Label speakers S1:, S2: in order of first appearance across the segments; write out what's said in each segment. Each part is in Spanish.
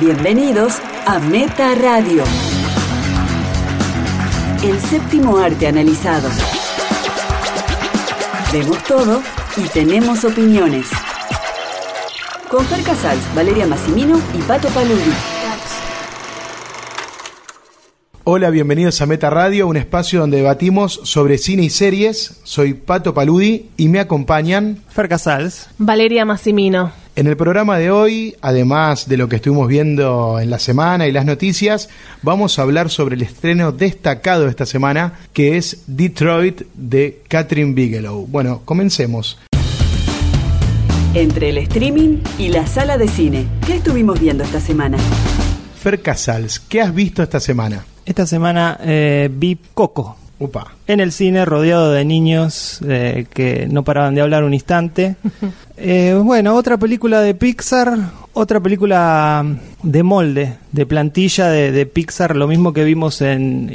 S1: Bienvenidos a Meta Radio. El séptimo arte analizado. Vemos todo y tenemos opiniones. Con Fer Casals, Valeria Massimino y Pato Paludi.
S2: Hola, bienvenidos a Meta Radio, un espacio donde debatimos sobre cine y series. Soy Pato Paludi y me acompañan.
S3: Fer Casals.
S4: Valeria Massimino.
S2: En el programa de hoy, además de lo que estuvimos viendo en la semana y las noticias, vamos a hablar sobre el estreno destacado de esta semana, que es Detroit de Catherine Bigelow. Bueno, comencemos.
S1: Entre el streaming y la sala de cine. ¿Qué estuvimos viendo esta semana?
S2: Fer Casals, ¿qué has visto esta semana?
S3: Esta semana eh, vi Coco
S2: Upa.
S3: en el cine rodeado de niños eh, que no paraban de hablar un instante. Eh, bueno, otra película de Pixar, otra película mm, de molde, de plantilla de, de Pixar, lo mismo que vimos en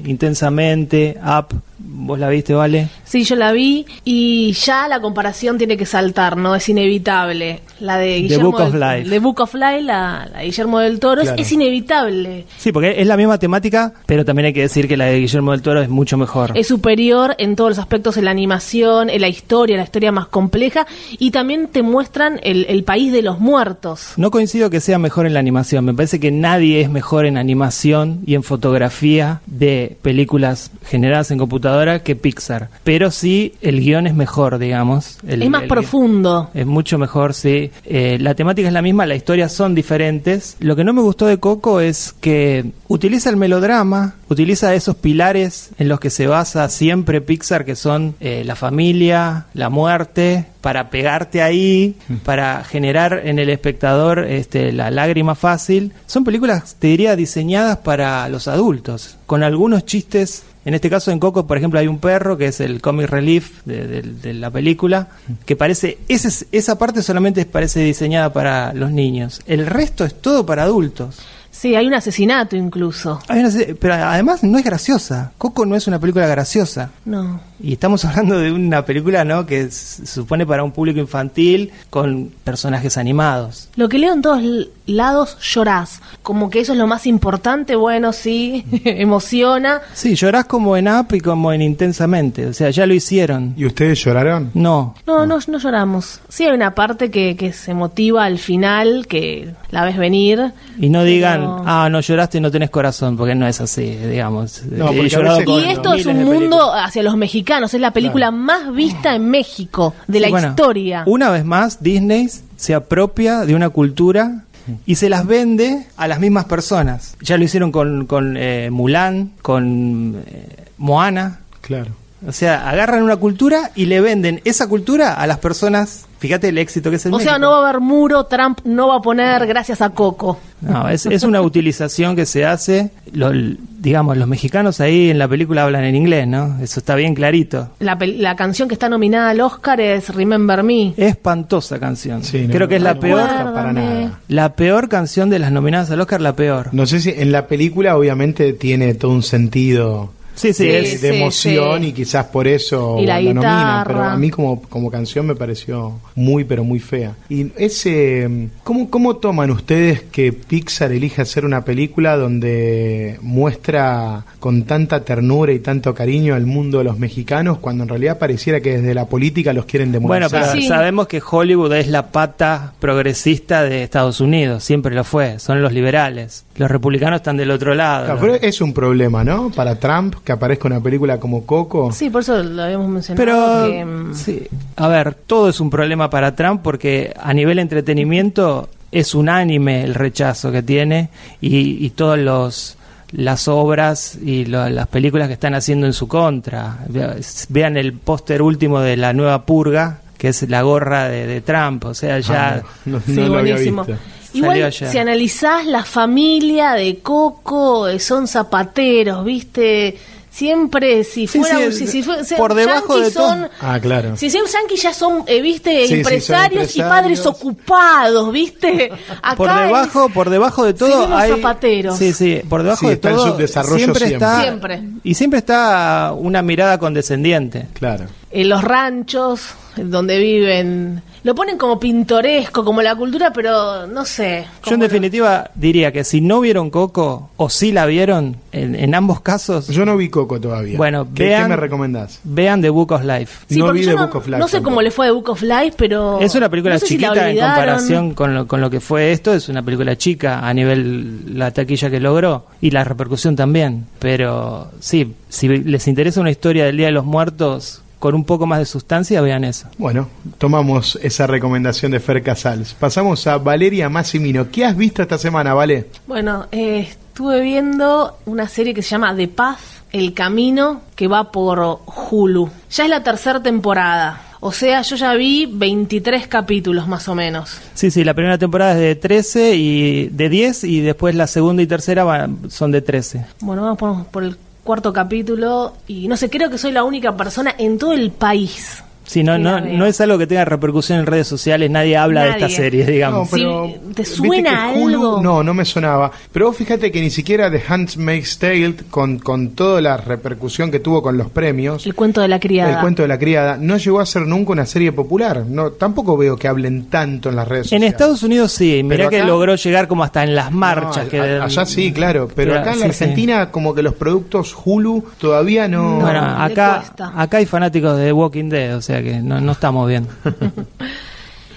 S3: Intensamente, Up. ¿Vos la viste, Vale?
S4: Sí, yo la vi y ya la comparación tiene que saltar, ¿no? Es inevitable. La de Guillermo
S3: Book of
S4: del-
S3: Life.
S4: de Book of Life, la, la de Guillermo del Toro, es-
S2: Claro.
S4: es, inevitable.
S3: Sí, porque es la misma temática, pero también hay que decir que la de Guillermo del Toro es mucho mejor.
S4: Es superior en todos los aspectos, en la animación, en la historia, la historia más compleja y también te muestran el, el país de los muertos.
S3: No coincido que sea mejor en la animación. Me parece que nadie es mejor en animación y en fotografía de películas generadas en computadora que Pixar. Pero sí, el guión es mejor, digamos. El-
S4: es más
S3: el-
S4: profundo.
S3: Es mucho mejor, sí. Eh, la temática es la misma, las historias son diferentes. Lo que no me gustó de Coco es que utiliza el melodrama, utiliza esos pilares en los que se basa siempre Pixar, que son eh, la familia, la muerte, para pegarte ahí, para generar en el espectador este, la lágrima fácil. Son películas, te diría, diseñadas para los adultos, con algunos chistes en este caso en Coco, por ejemplo, hay un perro que es el comic relief de, de- de la película, que parece, ese es- esa parte solamente parece diseñada para los niños. El resto es todo para adultos.
S4: Sí, hay un asesinato incluso.
S3: Hay una se- pero además no es graciosa. Coco no es una película graciosa.
S4: No.
S3: Y estamos hablando de una película, ¿no? Que se supone para un público infantil con personajes animados.
S4: Lo que leo en todos l- lados, llorás. Como que eso es lo más importante, bueno, sí, emociona.
S3: Sí, llorás como en Up y como en Intensamente. O sea, ya lo hicieron.
S2: ¿Y ustedes lloraron?
S3: No,
S4: No, no, no lloramos. Sí hay una parte que, que se motiva al final, que la ves venir.
S3: Y no digan,
S4: Pero-
S3: ah, no lloraste, no tenés corazón, porque no es así, digamos.
S2: No,
S3: He
S2: porque a
S3: llorado
S2: veces-
S3: con
S4: Y esto
S3: miles
S4: es
S3: de
S4: un
S3: películas.
S4: mundo hacia los mexicanos. Es la película más vista en México de la
S3: Sí, bueno,
S4: historia.
S3: Una vez más, Disney se apropia de una cultura y se las vende a las mismas personas. Ya lo hicieron con, con eh, Mulan, con eh, Moana.
S2: Claro.
S3: O sea, agarran una cultura y le venden esa cultura a las personas. Fíjate el éxito que es el
S4: O sea, no va a haber muro, Trump no va a poner gracias a Coco.
S3: No, es, es una utilización que se hace. Lo- digamos, los mexicanos ahí en la película hablan en inglés, ¿no? Eso está bien clarito.
S4: La, pel- la canción que está nominada al Oscar es Remember Me.
S3: Espantosa canción.
S2: Sí, no,
S3: Creo que es la
S2: no, no,
S3: peor,
S2: no, no, para
S4: Guárdame.
S2: nada.
S3: la peor canción de las nominadas al Oscar, la peor.
S2: No sé si en la película obviamente tiene todo un sentido
S3: Sí, sí,
S4: Sí,
S2: de,
S3: es.
S2: de
S4: sí,
S2: emoción
S4: sí.
S2: y quizás por eso
S4: Y la
S2: nominan, pero
S4: guitarra.
S2: a mí como, como canción me pareció muy pero muy fea. Y ese ¿cómo, cómo toman ustedes que Pixar elige hacer una película donde muestra con tanta ternura y tanto cariño al mundo de los mexicanos cuando en realidad pareciera que desde la política los quieren
S3: Bueno,
S2: demonizar?
S3: pero
S4: Sí.
S3: sabemos que Hollywood es la pata progresista de Estados Unidos, siempre lo fue, son los liberales. Los republicanos están del otro lado.
S2: Claro,
S3: ¿no?
S2: pero es un problema, ¿no? Para Trump que aparezca una película como Coco.
S4: Sí, por eso lo habíamos mencionado.
S3: Pero,
S4: que, mm,
S3: sí, a ver, todo es un problema para Trump porque a nivel entretenimiento es unánime el rechazo que tiene y, y todos los las obras y lo- las películas que están haciendo en su contra. Ve- Vean el póster último de la nueva purga, que es la gorra de, de Trump. O sea, ya...
S2: Ah, no, no,
S4: Sí,
S2: no lo había
S4: buenísimo.
S2: visto.
S3: Salió
S4: Igual,
S3: ayer.
S4: si analizás la familia de Coco, eh, son zapateros, ¿viste? Siempre, si
S3: Sí, sí,
S4: fuera un-
S3: el-
S4: si, si fue- si
S3: por
S4: yankees
S3: debajo de todo.
S4: son-
S2: Ah, claro.
S4: Si son yanquis ya son, eh, viste,
S2: Sí, sí, son
S4: empresarios, y
S2: empresarios.
S4: padres ocupados, ¿viste?
S2: Ah,
S4: Acá
S3: por debajo, por debajo de todo
S4: seguimos
S3: hay
S4: zapateros.
S3: Sí, sí, por debajo
S2: Sí,
S3: de
S2: está el
S3: todo
S2: subdesarrollo siempre.
S3: está
S4: Siempre.
S3: y siempre está una mirada condescendiente.
S2: Claro.
S4: En los ranchos donde viven lo ponen como pintoresco, como la cultura, pero no
S3: Yo
S4: sé.
S3: en
S4: como-
S3: definitiva diría que si no vieron Coco o si la vieron, en, en ambos casos,
S2: Yo no vi Coco todavía.
S3: Bueno,
S2: ¿Qué,
S3: vean-
S2: qué me recomendás?
S3: vean The Book of Life.
S4: Sí,
S2: no
S4: porque
S2: vi
S4: yo
S2: The
S4: no,
S2: Book of Life
S4: no sé cómo
S2: tampoco.
S4: le fue de Book of Life, pero.
S3: Es una película
S4: Oh, no sé si la
S3: chiquita en
S4: olvidaron.
S3: comparación con lo, con lo que fue esto. Es una película chica a nivel la taquilla que logró y la repercusión también. Pero sí, si les interesa una historia del Día de los Muertos con un poco más de sustancia, vean eso.
S2: Bueno, tomamos esa recomendación de Fer Casals. Pasamos a Valeria Massimino. ¿Qué has visto esta semana, Vale?
S4: Bueno, eh, estuve viendo una serie que se llama The Path, El Camino, que va por Hulu. Ya es la tercera temporada. O sea, yo ya vi 23 capítulos más o menos.
S3: Sí, sí, la primera temporada es de 13 y de 10 y después la segunda y tercera van- son de 13.
S4: Bueno, vamos por, por el cuarto capítulo y no sé, creo que soy la única persona en todo el país.
S3: Sí, no,
S4: que
S3: no,
S4: la veo.
S3: no es algo que tenga repercusión en redes sociales, nadie habla de
S4: Nadie.
S3: esta serie, digamos.
S4: No, Sí, ¿te
S2: ¿viste
S4: suena
S2: que Hulu-
S4: algo?
S2: No, no me sonaba. Pero vos fíjate que ni siquiera The Handmaid's Tale, con, con toda la repercusión que tuvo con los premios,
S4: El cuento de la criada.
S2: el cuento de la criada, no llegó a ser nunca una serie popular. No, tampoco veo que hablen tanto en las redes
S3: En
S2: sociales.
S3: Estados Unidos sí, mirá
S2: Pero
S3: que
S2: acá-
S3: logró llegar como hasta en las marchas.
S2: No,
S3: que-
S2: a- allá sí, claro. Pero
S3: Claro,
S2: acá en
S3: sí,
S2: la
S3: sí.
S2: Argentina, como que los productos Hulu todavía no.
S3: Bueno,
S4: No, le
S3: acá,
S4: cuesta.
S3: acá hay fanáticos de Walking Dead, o sea que no, no estamos bien.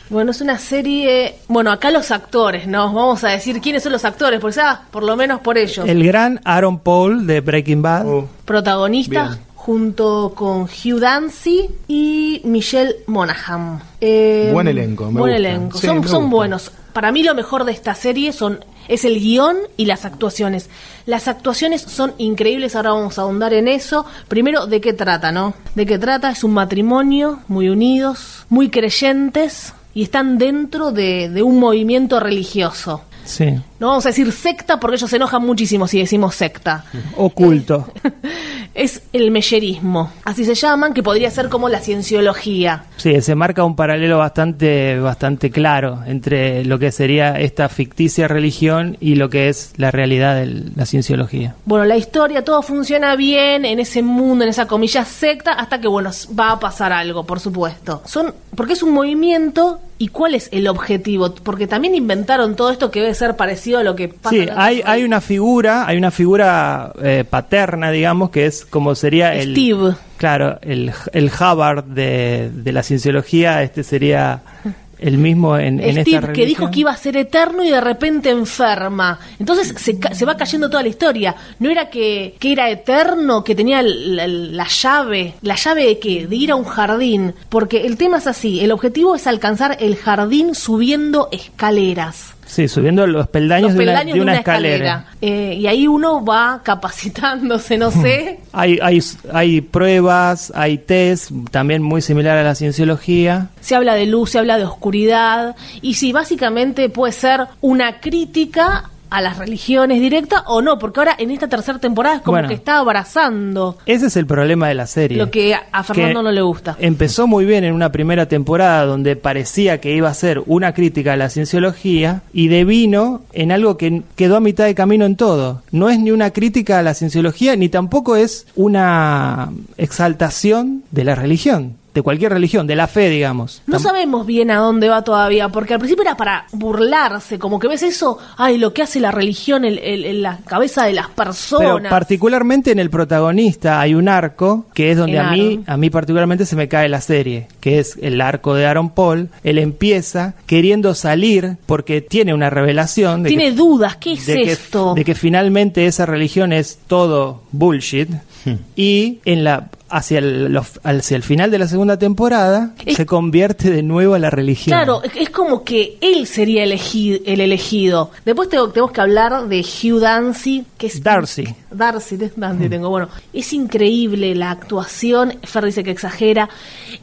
S4: Bueno, es una serie. Bueno, acá los actores, ¿no? Vamos a decir quiénes son los actores, porque ah, por lo menos por ellos.
S3: El gran Aaron Paul de Breaking Bad,
S2: Oh.
S4: protagonista
S2: Bien.
S4: junto con Hugh Dancy y Michelle Monaghan. Eh,
S2: Buen elenco, me
S4: buen
S2: gusta.
S4: elenco.
S2: Sí,
S4: son,
S2: me
S4: son
S2: gusta.
S4: buenos. Para mí lo mejor de esta serie son es el guión y las actuaciones. Las actuaciones son increíbles, ahora vamos a ahondar en eso. Primero, ¿de qué trata, no? ¿De qué trata? Es un matrimonio muy unidos, muy creyentes y están dentro de, de un movimiento religioso.
S3: sí,
S4: No vamos a decir secta porque ellos se enojan muchísimo si decimos secta
S3: oculto.
S4: es el meyerismo, así se llaman, que podría ser como la cienciología.
S3: Sí, se marca un paralelo bastante, bastante claro entre lo que sería esta ficticia religión y lo que es la realidad de la cienciología.
S4: Bueno, la historia, todo funciona bien en ese mundo, en esa comilla secta, hasta que, bueno, va a pasar algo, por supuesto. Son, porque es un movimiento, ¿y cuál es el objetivo? Porque también inventaron todo esto que debe ser parecido a lo que pasa.
S3: Sí,
S4: en otros
S3: hay, hay una figura, hay una figura eh, paterna, digamos, que es como sería el...
S4: Steve.
S3: Claro, el, el Hubbard de, de la cienciología, este sería el mismo en, en esta
S4: Steve, que
S3: religión.
S4: dijo que iba a ser eterno y de repente enferma. Entonces se, ca- se va cayendo toda la historia. No era que, que era eterno, que tenía la, la- la llave. ¿La llave de qué? De ir a un jardín. Porque el tema es así: el objetivo es alcanzar el jardín subiendo escaleras.
S3: Sí, subiendo los peldaños,
S4: los
S3: de, una,
S4: peldaños
S3: de una escalera.
S4: Eh, y ahí uno va capacitándose, no sé.
S3: Hay, hay, hay pruebas, hay test, también muy similar a la cienciología.
S4: Se habla de luz, se habla de oscuridad. Y si básicamente puede ser una crítica a las religiones directa o no, porque ahora en esta tercera temporada es como
S3: Bueno.
S4: que está abrazando
S3: Ese es el problema de la serie.
S4: lo que a a Fernando
S3: que
S4: no le gusta.
S3: Empezó muy bien en una primera temporada donde parecía que iba a ser una crítica a la cienciología y devino en algo que n- quedó a mitad de camino en todo. No es ni una crítica a la cienciología ni tampoco es una exaltación de la religión, de cualquier religión, de la fe, digamos.
S4: No
S3: Tam-
S4: sabemos bien a dónde va todavía, porque al principio era para burlarse, como que ves eso, ay, lo que hace la religión en, en- en la cabeza de las
S3: Pero
S4: personas.
S3: particularmente en el protagonista hay un arco que es donde
S4: En
S3: a mí,
S4: Aaron.
S3: a mí particularmente se me cae la serie, que es el arco de Aaron Paul. Él empieza queriendo salir porque tiene una revelación de
S4: Tiene
S3: que,
S4: dudas, ¿qué es
S3: de que-
S4: esto?
S3: de que finalmente esa religión es todo bullshit y en la hacia el, los- hacia el final de la segunda temporada
S4: Es-
S3: se convierte de nuevo a la religión.
S4: Claro, es- es como que él sería elegi- el elegido. Después te- tenemos que hablar de Hugh Dancy, que es
S3: Darcy.
S4: Darcy, de- Darcy tengo, bueno, es increíble la actuación, Fer dice que exagera,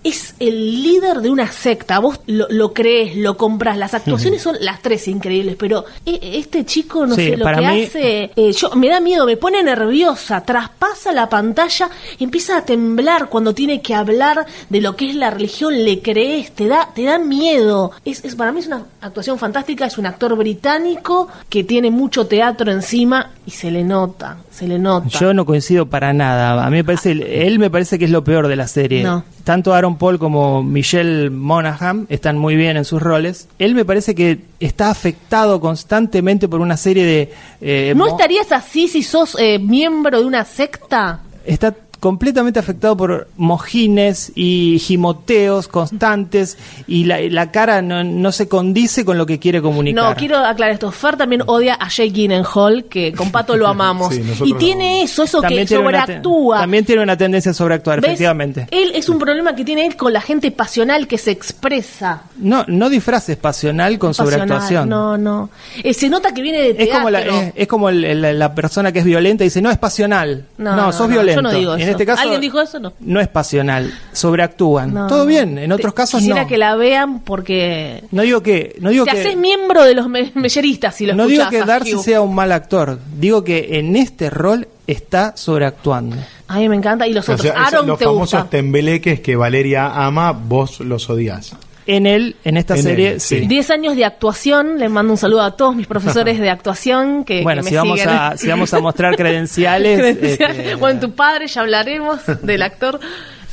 S4: es el líder de una secta, vos lo, lo crees, lo compras, las actuaciones son las tres increíbles, pero e- este chico, no
S3: Sí,
S4: sé, lo
S3: para
S4: que
S3: mí-
S4: hace, eh, yo, me da miedo, me pone nerviosa, traspasa la pantalla, empieza a temblar cuando tiene que hablar de lo que es la religión, le crees, te da, te da miedo. Es, es, para mí es una actuación fantástica, es un actor británico que tiene mucho teatro encima y se le nota, se le nota.
S3: Yo no coincido para nada, a mí me parece, él me parece que es lo peor de la serie.
S4: No.
S3: Tanto Aaron Paul como Michelle Monaghan están muy bien en sus roles. Él me parece que está afectado constantemente por una serie de... eh,
S4: ¿No
S3: mo-
S4: estarías así si sos eh, miembro de una secta?
S3: está completamente afectado por mojines y gimoteos constantes y la, la cara no, no se condice con lo que quiere comunicar.
S4: No, quiero aclarar esto. Fer también odia a Jake Gyllenhaal, que con Pato lo amamos.
S2: Sí, nosotros
S4: y
S2: lo
S4: tiene
S2: amamos.
S4: eso, eso que
S3: una te-
S4: sobreactúa.
S3: también tiene una tendencia a sobreactuar,
S4: ¿Ves?
S3: efectivamente.
S4: Él es un problema que tiene él con la gente pasional que se expresa.
S3: No, no disfraces pasional con sobreactuación.
S4: Pasional, No, no. Eh, se nota que viene de
S3: Es
S4: teatro.
S3: como, la, eh, es, es como el- el- la persona que es violenta y dice, no, es pasional.
S4: No,
S3: No,
S4: no,
S3: sos
S4: no,
S3: violento.
S4: yo no digo
S3: en
S4: eso.
S3: este caso,
S4: ¿Alguien dijo eso? No.
S3: No es pasional, sobreactúan.
S4: No,
S3: Todo
S4: no.
S3: bien, en otros
S4: Te-
S3: casos
S4: Quisiera
S3: no.
S4: que la vean porque...
S3: No digo que... No digo
S4: Te
S3: que...
S4: haces miembro de los me- melleristas si lo
S3: no digo
S4: escuchas
S3: que
S4: a
S3: Darcy
S4: Hugh.
S3: sea un mal actor, digo que en este rol está sobreactuando.
S4: A mí me encanta. Y los
S2: O
S4: otros.
S2: sea, esos-
S4: Aaron
S2: los
S4: te
S2: famosos
S4: gusta.
S2: tembeleques que Valeria ama, vos los odias.
S3: En él, en esta
S2: En
S3: serie,
S2: él,
S3: sí.
S2: sí.
S4: 10 años de actuación, les mando un saludo a todos mis profesores de actuación que,
S3: Bueno,
S4: que me
S3: si vamos,
S4: siguen.
S3: a, si vamos a mostrar credenciales... este,
S4: Bueno, tu padre, ya hablaremos del actor.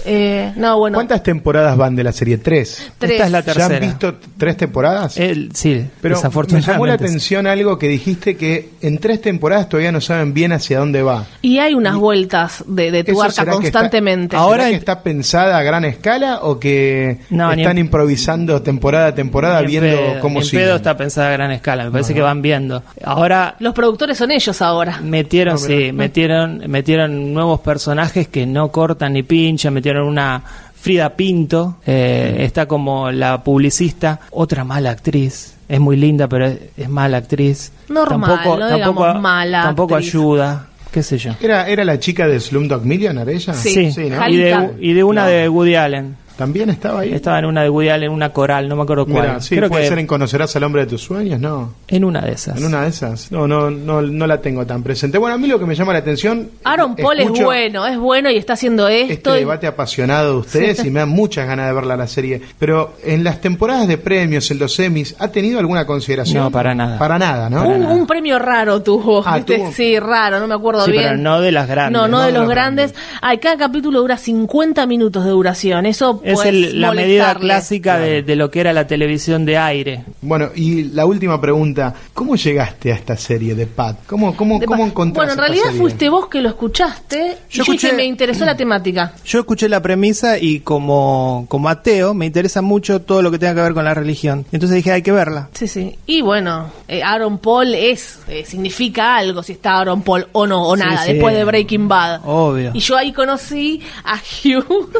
S4: Eh, no, bueno,
S2: ¿Cuántas temporadas van de la serie? ¿Tres?
S4: tres.
S3: Esta es la
S2: ¿Ya
S3: tercera.
S2: han visto t- tres temporadas?
S3: Él- sí,
S2: Pero me
S3: desafortunadamente.
S2: llamó la
S3: sí.
S2: atención algo que dijiste que en tres temporadas todavía no saben bien hacia dónde va.
S4: Y hay unas vueltas de, de
S2: ¿Eso
S4: tuerca
S2: será que está-
S4: constantemente.
S3: Ahora-
S2: ¿Será que
S3: en-
S2: está pensada a gran escala o que
S3: No, ni
S2: están
S3: en-
S2: improvisando temporada a temporada
S3: Ni en
S2: viendo
S3: pedo,
S2: cómo
S3: ni en
S2: siguen?
S3: pedo está pensada a gran escala, me parece que van viendo. Ahora
S4: Los productores son ellos ahora.
S3: metieron, sí, metieron, metieron nuevos personajes que no cortan ni pinchan, metieron una Frida Pinto, eh,
S2: Mm.
S3: está como la publicista, otra mala actriz. Es muy linda, pero es, es mala actriz.
S4: Normal, no digamos mala
S3: Tampoco
S4: actriz.
S3: ayuda, qué sé yo.
S2: ¿Era, ¿Era la chica de Slumdog Millionaire ella?
S4: Sí.
S2: ¿no?
S3: y, de,
S4: Jalita.
S3: y de una
S2: No.
S3: de Woody Allen.
S2: ¿También estaba ahí?
S3: Estaba en una de Woody Allen, una coral, no me acuerdo cuál.
S2: Mira, sí,
S3: Creo
S2: puede
S3: que
S2: ser en Conocerás al Hombre de Tus Sueños, ¿no?
S3: en una de esas.
S2: En una de esas. No, no, no, no la tengo tan presente. Bueno, a mí lo que me llama la atención...
S4: Aaron Paul es
S2: escucho
S4: bueno, es bueno y está haciendo
S2: Este
S4: esto. y-
S2: debate apasionado de ustedes y me dan muchas ganas de verla la serie. Pero en las temporadas de premios, en los semis, ¿ha tenido alguna consideración?
S3: No, para nada.
S2: Para nada, ¿no?
S4: un, un premio raro tuvo.
S2: Ah,
S4: ¿viste?
S2: tuvo.
S4: Sí, raro, no me acuerdo
S3: Sí,
S4: bien.
S3: pero no de las grandes.
S4: no, no,
S2: no
S4: de
S2: de
S4: los
S2: los
S4: grandes. Ay, cada capítulo dura 50 minutos de duración. Eso
S3: Es
S4: pues,
S3: el- la medida
S4: molestarle.
S3: clásica de, de lo que era la televisión de aire.
S2: Bueno, y la última pregunta, ¿cómo llegaste a esta serie de Pat? ¿Cómo, cómo,
S4: De
S2: cómo
S4: pa-
S2: encontraste
S4: Bueno, en
S2: esta
S4: realidad
S2: serie?
S4: fuiste vos que lo escuchaste. y yo
S3: Yo
S4: dije,
S3: escuché-
S4: me interesó la temática.
S3: Yo escuché la premisa y como, como ateo me interesa mucho todo lo que tenga que ver con la religión. Entonces dije, hay que verla.
S4: Sí, sí. Y bueno, eh, Aaron Paul es eh, significa algo si está Aaron Paul o no, o
S3: Sí,
S4: nada,
S3: sí.
S4: después de Breaking Bad.
S3: Obvio.
S4: Y yo ahí conocí a Hugh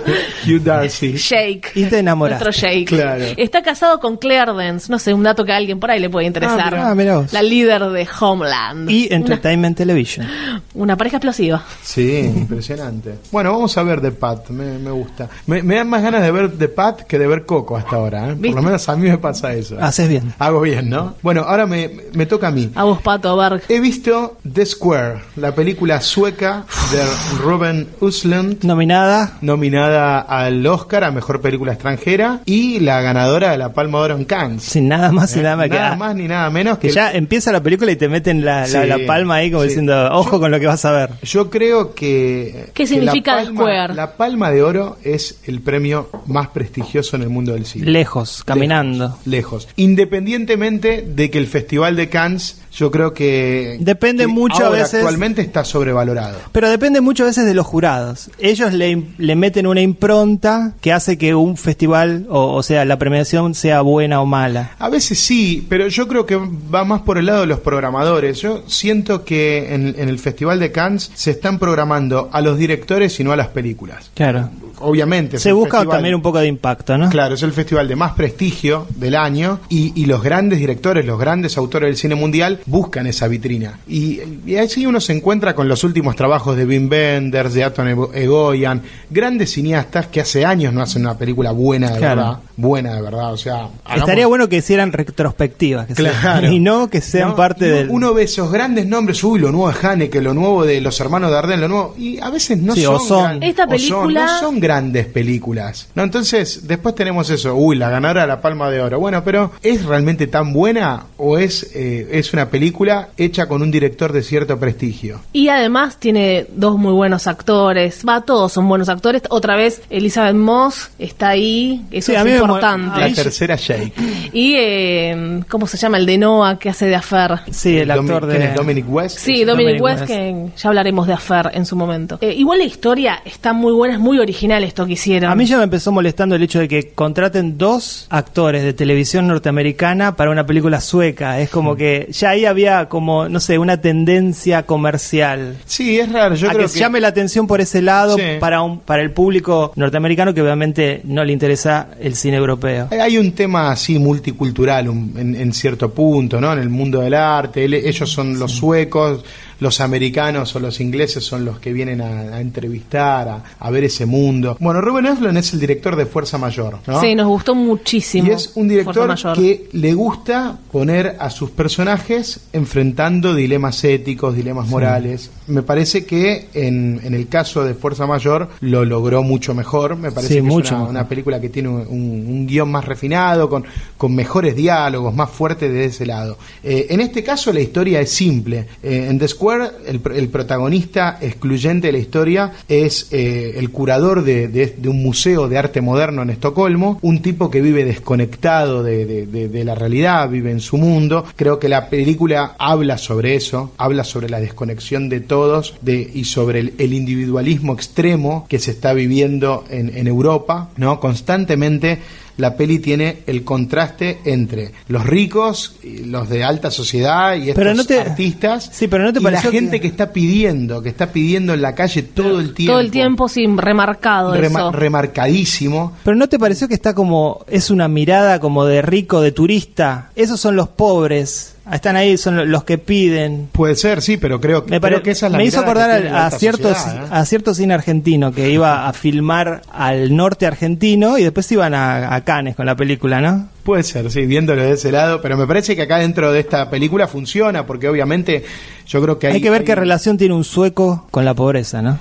S2: Hugh Darcy.
S4: Jake.
S3: Y te enamoraste.
S4: Nuestro Jake.
S2: Claro.
S4: Está casado con Claire Dance. No sé, un dato que a alguien por ahí le puede interesar.
S3: Ah, mirá. Ah, mirá vos.
S4: La líder de Homeland.
S3: Y Entertainment Television.
S4: Una pareja explosiva.
S2: Sí, impresionante. Bueno, vamos a ver de Pat, me, me gusta. Me, me dan más ganas de ver de Pat que de ver Coco hasta ahora. ¿eh? Por
S4: ¿Viste?
S2: lo menos a mí me pasa eso.
S3: Haces bien.
S2: Hago bien, ¿no? Bueno, ahora me, me toca a mí.
S4: A vos, Pato Berg.
S2: He visto The Square, la película sueca de Ruben Östlund,
S3: Nominada.
S2: nominada al Oscar a Mejor Película Extranjera y la ganadora de la Palma de Oro en Cannes.
S3: Sin nada más y nada, más que-
S2: Eh, nada más ni nada menos
S3: Que
S2: que,
S3: ya empieza la película y te meten la, la,
S2: Sí,
S3: la palma ahí como
S2: sí.
S3: diciendo, ojo con lo que vas a ver.
S2: Yo creo que.
S4: ¿Qué
S2: que
S4: significa
S2: la palma,
S4: Square?
S2: La Palma de Oro es el premio más prestigioso en el mundo del cine.
S3: Lejos, caminando.
S2: Lejos. Independientemente de que el Festival de Cannes, yo creo que.
S3: Depende
S2: que
S3: mucho a
S2: ahora
S3: veces-
S2: Actualmente está sobrevalorado.
S3: Pero depende muchas veces de los jurados. Ellos le, le meten una impronta que hace que un festival, o, o sea, la premiación sea buena o mala.
S2: A veces sí, pero yo creo que va más por el lado de los programadores. Yo siento que en, en el Festival de Cannes se están programando a los directores y no a las películas.
S3: Claro.
S2: obviamente. es
S3: Se
S2: el
S3: busca
S2: festival-
S3: también un poco de impacto, ¿no?
S2: Claro, es el festival de más prestigio del año y, y los grandes directores, los grandes autores del cine mundial buscan esa vitrina. Y, y ahí sí uno se encuentra con los últimos trabajos de Wim Wenders, de Aton Ego- Egoyan, grandes cineastas que hace años no hacen una película buena de
S3: Claro.
S2: verdad. Buena de verdad, o sea... hagamos-
S3: Estaría bueno que hicieran retrospectivas que sean-
S2: Claro.
S3: y no que sean
S2: No,
S3: parte
S2: y uno-
S3: del.
S2: Uno ve esos grandes nombres, uy, lo nuevo de Haneke, lo nuevo de los hermanos de Arden, lo nuevo. Y a veces no
S3: Sí, o
S2: son.
S3: son.
S2: gran-
S4: Esta
S2: o son,
S4: película-
S2: no son grandes películas. No, entonces, después tenemos eso, uy, la ganadora de la Palma de Oro. Bueno, pero ¿es realmente tan buena o es, eh, es una película hecha con un director de cierto prestigio?
S4: Y además tiene dos muy buenos actores. Va, todos son buenos actores. Otra vez, Elizabeth Moss está ahí. Eso
S3: Sí, a mí
S4: es
S3: me mo-
S4: importante.
S2: La
S3: Ahí-
S2: tercera Jake.
S4: Y, eh, ¿cómo se llama? El de Noah que hace de Afer.
S3: Sí, el actor
S2: Domin-
S3: de.
S2: ¿quién es? Dominic West.
S4: Sí,
S3: Sí,
S4: Dominic
S3: Dominic
S4: West,
S3: West.
S4: que ya hablaremos de Afer en su momento. Eh, igual la historia está muy buena, es muy original esto que hicieron.
S3: A mí ya me empezó molestando el hecho de que contraten dos actores de televisión norteamericana para una película sueca. Es como que ya ahí había como, no sé, una tendencia comercial.
S2: Sí, es raro. Yo
S3: a
S2: creo
S3: que,
S2: que
S3: llame la atención por ese lado
S2: Sí.
S3: para un, para el público norteamericano que obviamente no le interesa el cine europeo.
S2: Hay un tema así multicultural un- en, en cierto punto, ¿no? En el mundo del arte, el- ellos son los suecos, los americanos o los ingleses son los que vienen a, a entrevistar, a, a ver ese mundo. Bueno, Ruben Östlund es el director de Fuerza Mayor, ¿no?
S4: Sí, nos gustó muchísimo.
S2: Y es un
S4: Fuerza
S2: director
S4: Mayor.
S2: que le gusta poner a sus personajes enfrentando dilemas éticos, dilemas morales. Me parece que en, en el caso de Fuerza Mayor lo logró mucho mejor. Me parece
S3: Sí,
S2: que
S3: mucho
S2: es una,
S3: mejor.
S2: una película que tiene un, un- un guión más refinado, con, con mejores diálogos, más fuerte de ese lado. Eh, en este caso la historia es simple. Eh, en The Square el, pr- el protagonista excluyente de la historia es eh, el curador de, de- de un museo de arte moderno en Estocolmo, un tipo que vive desconectado de, de- de- de la realidad, vive en su mundo. Creo que la película habla sobre eso, habla sobre la desconexión de todos de, y sobre el, el individualismo extremo que se está viviendo en, en Europa, ¿no? Constantemente la peli tiene el contraste entre los ricos, y los de alta sociedad y estos
S3: Pero no te-
S2: artistas
S3: Sí, pero no te
S2: y la
S3: pareció que-
S2: gente que... está pidiendo, que está pidiendo en la calle todo el tiempo.
S4: Todo el tiempo, sí, remarcado
S2: rema-
S4: eso.
S2: remarcadísimo.
S3: Pero ¿no te pareció que está como, es una mirada como de rico, de turista? Esos son los pobres, están ahí, son lo- los que piden.
S2: Puede ser, sí, pero creo, creo
S3: Me, pare-
S2: que esa es la
S3: me hizo
S2: mirada
S3: acordar
S2: que tiene
S3: al-
S2: la
S3: a
S2: alta
S3: cierto,
S2: sociedad,
S3: ci-
S2: ¿eh?
S3: a cierto cine argentino que iba a filmar al norte argentino y después iban a, a Cannes con la película, ¿no?
S2: Puede ser, sí, viéndolo de ese lado, pero me parece que acá dentro de esta película funciona, porque obviamente yo creo que
S3: Hay,
S2: hay...
S3: que ver
S2: hay-
S3: qué relación tiene un sueco con la pobreza, ¿no?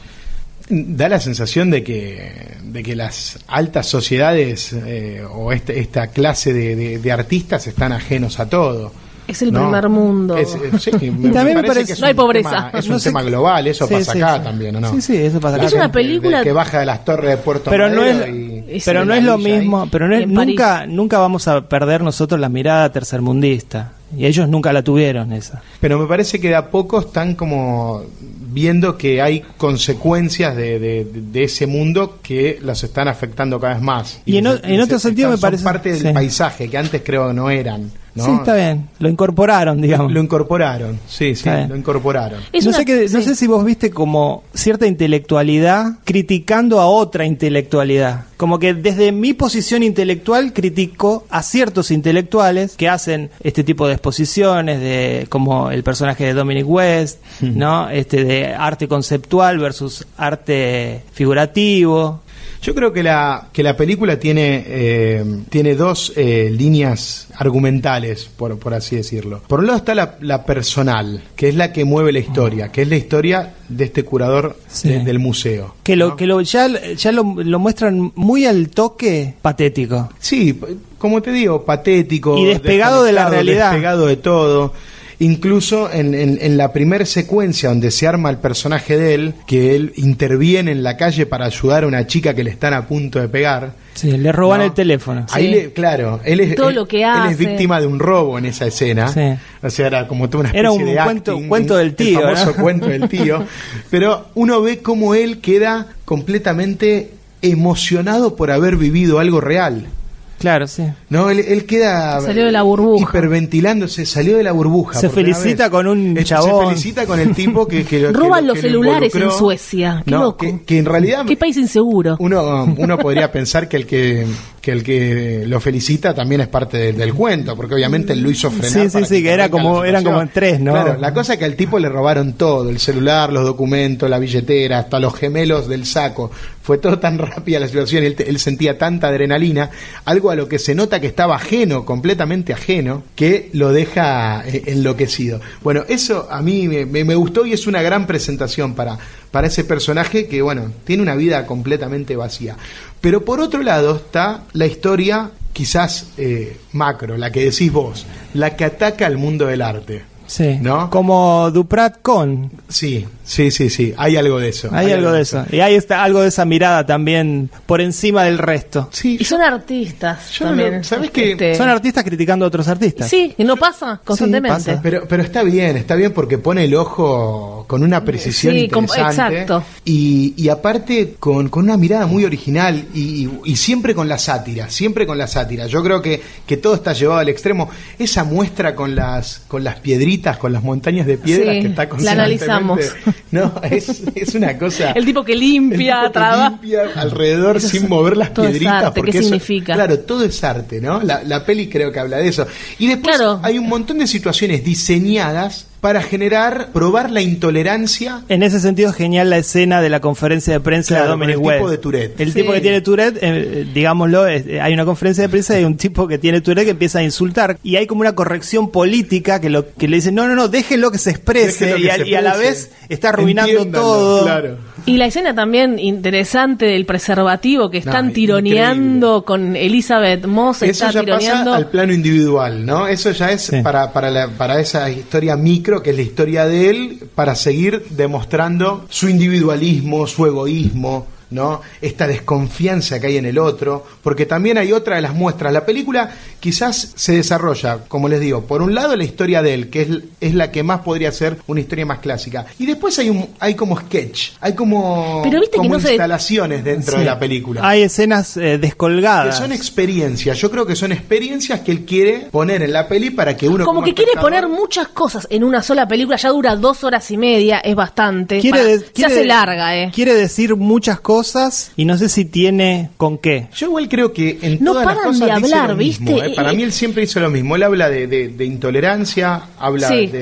S2: Da la sensación de que, de que las altas sociedades eh, o este- esta clase de, de- de artistas están ajenos a todo.
S4: Es el
S2: ¿no?
S4: primer mundo.
S2: Es- eh, sí, me-
S3: Y
S2: me
S3: también me
S2: parece
S3: parece-
S2: que es
S4: no hay
S2: un
S4: pobreza.
S2: tema- es
S3: No
S2: un
S3: sé-
S2: tema global, eso
S3: Sí,
S2: pasa
S3: sí,
S2: acá
S3: sí.
S2: también, ¿o no?
S3: Sí, sí, eso pasa
S2: La
S3: acá.
S4: Es una
S2: gente de- de-
S4: película-
S2: que baja de las torres de Puerto
S3: pero no es
S2: Madero y-
S4: y
S3: pero
S4: sí,
S3: no
S2: la
S3: es lo
S2: villa ahí.
S3: mismo pero no es-
S4: En París.
S3: nunca nunca vamos a perder nosotros la mirada tercermundista y ellos nunca la tuvieron esa
S2: Pero me parece que de a poco están como viendo que hay consecuencias de, de- de ese mundo que las están afectando cada vez más.
S3: Y en o- en otro sentido me
S2: son
S3: parece-
S2: parte del
S3: sí.
S2: paisaje que antes creo que no eran. ¿no?
S3: sí está bien lo incorporaron digamos
S2: Lo incorporaron, sí, sí,
S3: Está bien.
S2: lo incorporaron.
S4: Es
S3: no,
S4: una-
S3: sé que- no
S4: sí.
S3: sé si vos viste como cierta intelectualidad criticando a otra intelectualidad. Como que desde mi posición intelectual critico a ciertos intelectuales que hacen este tipo de exposiciones, de como el personaje de Dominic West, ¿no? Este de arte conceptual versus arte figurativo.
S2: Yo creo que la, que la película tiene, eh, tiene dos eh, líneas argumentales, por, por así decirlo. Por un lado está la, la personal, que es la que mueve la historia, que es la historia de este curador
S3: Sí.
S2: de- del museo.
S3: Que lo, que lo ya, ya lo, lo muestran muy al toque patético.
S2: Sí, p- como te digo, patético.
S3: Y despegado de la
S2: desconectado,
S3: realidad.
S2: Despegado de todo. Incluso en, en- en la primer secuencia donde se arma el personaje de él, que él interviene en la calle para ayudar a una chica que le están a punto de pegar.
S3: Sí, le roban
S2: ¿no?
S3: el teléfono.
S2: Ahí
S4: Sí.
S2: le- claro, él es,
S4: Todo
S2: él-
S4: lo que
S2: él
S4: hace.
S2: es víctima de un robo en esa escena.
S3: Sí.
S2: O sea, era como toda una especie
S3: Era un
S2: de
S3: cuento-
S2: acting,
S3: cuento del
S2: el
S3: tío,
S2: famoso
S3: ¿no?
S2: cuento del tío. Pero uno ve cómo él queda completamente emocionado por haber vivido algo real.
S3: Claro, sí.
S2: No, él, él queda
S4: Salió de la burbuja.
S2: hiperventilándose, salió de la burbuja.
S3: Se
S2: por primera
S3: felicita
S2: vez.
S3: con un
S2: Eh,
S3: chabón.
S2: Se felicita con el tipo que, que lo- que
S4: Roban
S2: lo-
S4: los
S2: que lo
S4: celulares en
S2: involucró.
S4: Suecia. Qué
S2: No,
S4: loco.
S2: Que, que en realidad
S4: Qué país inseguro.
S2: uno, uno podría pensar que el que, que el que lo felicita también es parte del, del cuento, porque obviamente él lo hizo frenar.
S3: Sí, sí,
S2: para
S3: sí, que era
S2: arranca
S3: como-
S2: la
S3: eran como
S2: situación.
S3: tres, ¿no?
S2: Claro, la cosa es que al tipo le robaron todo, el celular, los documentos, la billetera, hasta los gemelos del saco. Fue todo tan rápida la situación, él, te- él sentía tanta adrenalina, algo a lo que se nota que estaba ajeno, completamente ajeno, que lo deja eh, enloquecido. Bueno, eso a mí me, me- me gustó y es una gran presentación para, para ese personaje que, bueno, tiene una vida completamente vacía. Pero por otro lado está la historia quizás eh, macro, la que decís vos, la que ataca al mundo del arte.
S3: Sí.
S2: ¿No?
S3: Como Duprat con.
S2: Sí, sí, sí, sí. Hay algo de eso.
S3: Hay, algo de eso. Y hay esta, algo de esa mirada también por encima del resto.
S2: Sí.
S4: Y
S2: yo-
S4: son artistas.
S2: yo no
S4: también. este
S2: lo- ¿sabés qué?
S3: Son artistas criticando a otros artistas.
S4: Sí, y no pasa constantemente.
S3: pasa.
S2: pero, pero está bien, está bien porque pone el ojo con una precisión
S4: Sí, com-
S2: interesante.
S4: exacto.
S2: Y, y aparte con, con una mirada muy original y, y- y siempre con la sátira, siempre con la sátira. Yo creo que, que todo está llevado al extremo. Esa muestra con las con las piedritas, con las montañas de piedras
S4: Sí,
S2: que está
S4: la
S2: constantemente-
S4: analizamos.
S2: No, es, es una cosa...
S4: El tipo que
S2: El
S4: limpia,
S2: tipo que
S4: trabaja.
S2: limpia alrededor sin mover las
S4: todo es
S2: piedritas.
S4: arte,
S2: porque
S4: ¿qué
S2: eso-
S4: significa?
S2: Claro, todo es arte, ¿no? La, la peli creo que habla de eso. Y después
S4: Claro.
S2: hay un montón de situaciones diseñadas para generar, probar la intolerancia.
S3: En ese sentido, genial la escena de la conferencia de prensa
S2: Claro,
S3: de Dominic
S2: con el tipo
S3: West.
S2: de Tourette.
S3: El
S4: Sí.
S3: tipo que tiene Tourette, eh, eh, digámoslo, es- eh, hay una conferencia de prensa y hay un tipo que tiene Tourette que empieza a insultar. Y hay como una corrección política que, lo, que le dice: no, no, no, déjelo que se exprese.
S2: Déjelo que
S3: y, a,
S2: se
S3: y a la
S2: exprese.
S3: vez está arruinando
S2: Entiéndanlo,
S3: todo.
S2: Claro.
S4: Y la escena también interesante del preservativo que están
S2: No,
S4: tironeando con Elizabeth Moss,
S2: Eso
S4: está
S2: ya
S4: tironeando.
S2: pasa al plano individual, ¿no? Eso ya es
S3: Sí.
S2: para, para, la- para esa historia micro, que es la historia de él, para seguir demostrando su individualismo, su egoísmo, ¿no? Esta desconfianza que hay en el otro, porque también hay otra de las muestras. La película quizás se desarrolla, como les digo, por un lado la historia de él, que es, es la que más podría ser una historia más clásica, y después hay, un, hay como sketch, hay como,
S4: Pero viste que
S2: como
S4: no se-
S2: instalaciones dentro
S3: Sí.
S2: de la película.
S3: Hay escenas eh,
S2: Que
S4: Ah.
S3: descolgadas.
S2: son experiencias, yo creo que son experiencias que él quiere poner en la peli para que uno...
S4: Como que quiere
S2: espectador-
S4: poner muchas cosas en una sola película, ya dura dos horas y media, es bastante.
S3: Quiere
S4: Para-
S3: de-
S4: se
S3: quiere
S4: hace
S3: de-
S4: larga, ¿eh?
S3: Quiere decir muchas cosas y no sé si tiene con qué.
S2: Yo igual creo que en
S4: No
S2: todas las
S4: paran
S2: cosas
S4: de
S2: dice
S4: hablar,
S2: lo mismo,
S4: ¿viste?
S2: ¿eh? Para
S4: Eh,
S2: mí él siempre hizo lo mismo. Él habla de, de- de intolerancia, habla de
S4: Sí,
S2: la falta de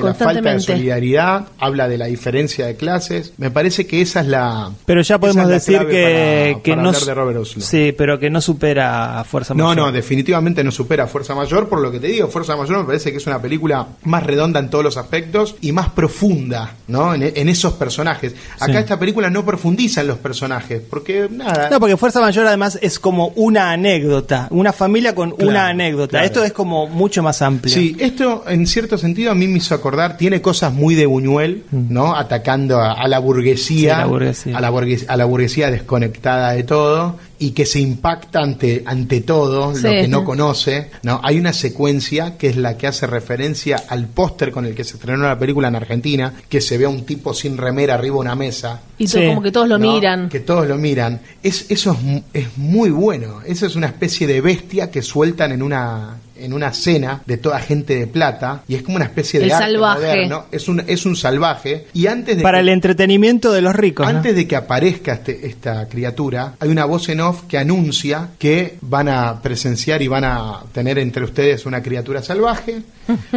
S4: constantemente.
S2: solidaridad, habla de la diferencia de clases. Me parece que esa es la...
S3: Pero ya
S2: esa
S3: podemos
S2: es la
S3: decir
S2: clave
S3: que,
S2: para-
S3: que
S2: para
S3: no.
S2: hablar de Robert Oslo.
S3: Sí, pero que no supera a Fuerza
S2: No,
S3: Mayor.
S2: no, definitivamente no supera Fuerza Mayor, por lo que te digo, Fuerza Mayor me parece que es una película más redonda en todos los aspectos y más profunda, ¿no? En, en esos personajes. Acá
S3: Sí.
S2: esta película no profundiza en los personajes, porque nada.
S3: No, porque Fuerza Mayor además es como una anécdota, una familia con
S2: Claro,
S3: una anécdota.
S2: claro.
S3: Esto es como mucho más amplio.
S2: Sí, esto en cierto sentido a mí me hizo acordar, tiene cosas muy de Buñuel, ¿no? Atacando a, a la burguesía,
S3: Mm. Sí, la burguesía.
S2: A, la burgues- a la burguesía desconectada de todo y que se impacta ante, ante todo,
S4: Sí.
S2: lo que no conoce, ¿no? Hay una secuencia que es la que hace referencia al póster con el que se estrenó la película en Argentina, que se ve a un tipo sin remera arriba de una mesa.
S4: Y to-
S3: Sí.
S4: como que todos lo
S2: ¿no?
S4: miran.
S2: Que todos lo miran. Es, eso es, mu- es muy bueno. Eso es una especie de bestia que sueltan en una en una cena de toda gente de plata y es como una especie de
S4: El
S2: arte
S4: salvaje.
S2: moderno. es un es un salvaje y antes de
S3: Para
S2: que,
S3: el entretenimiento de los ricos. ¿no?
S2: antes de que aparezca este- esta criatura hay una voz en off que anuncia que van a presenciar y van a tener entre ustedes una criatura salvaje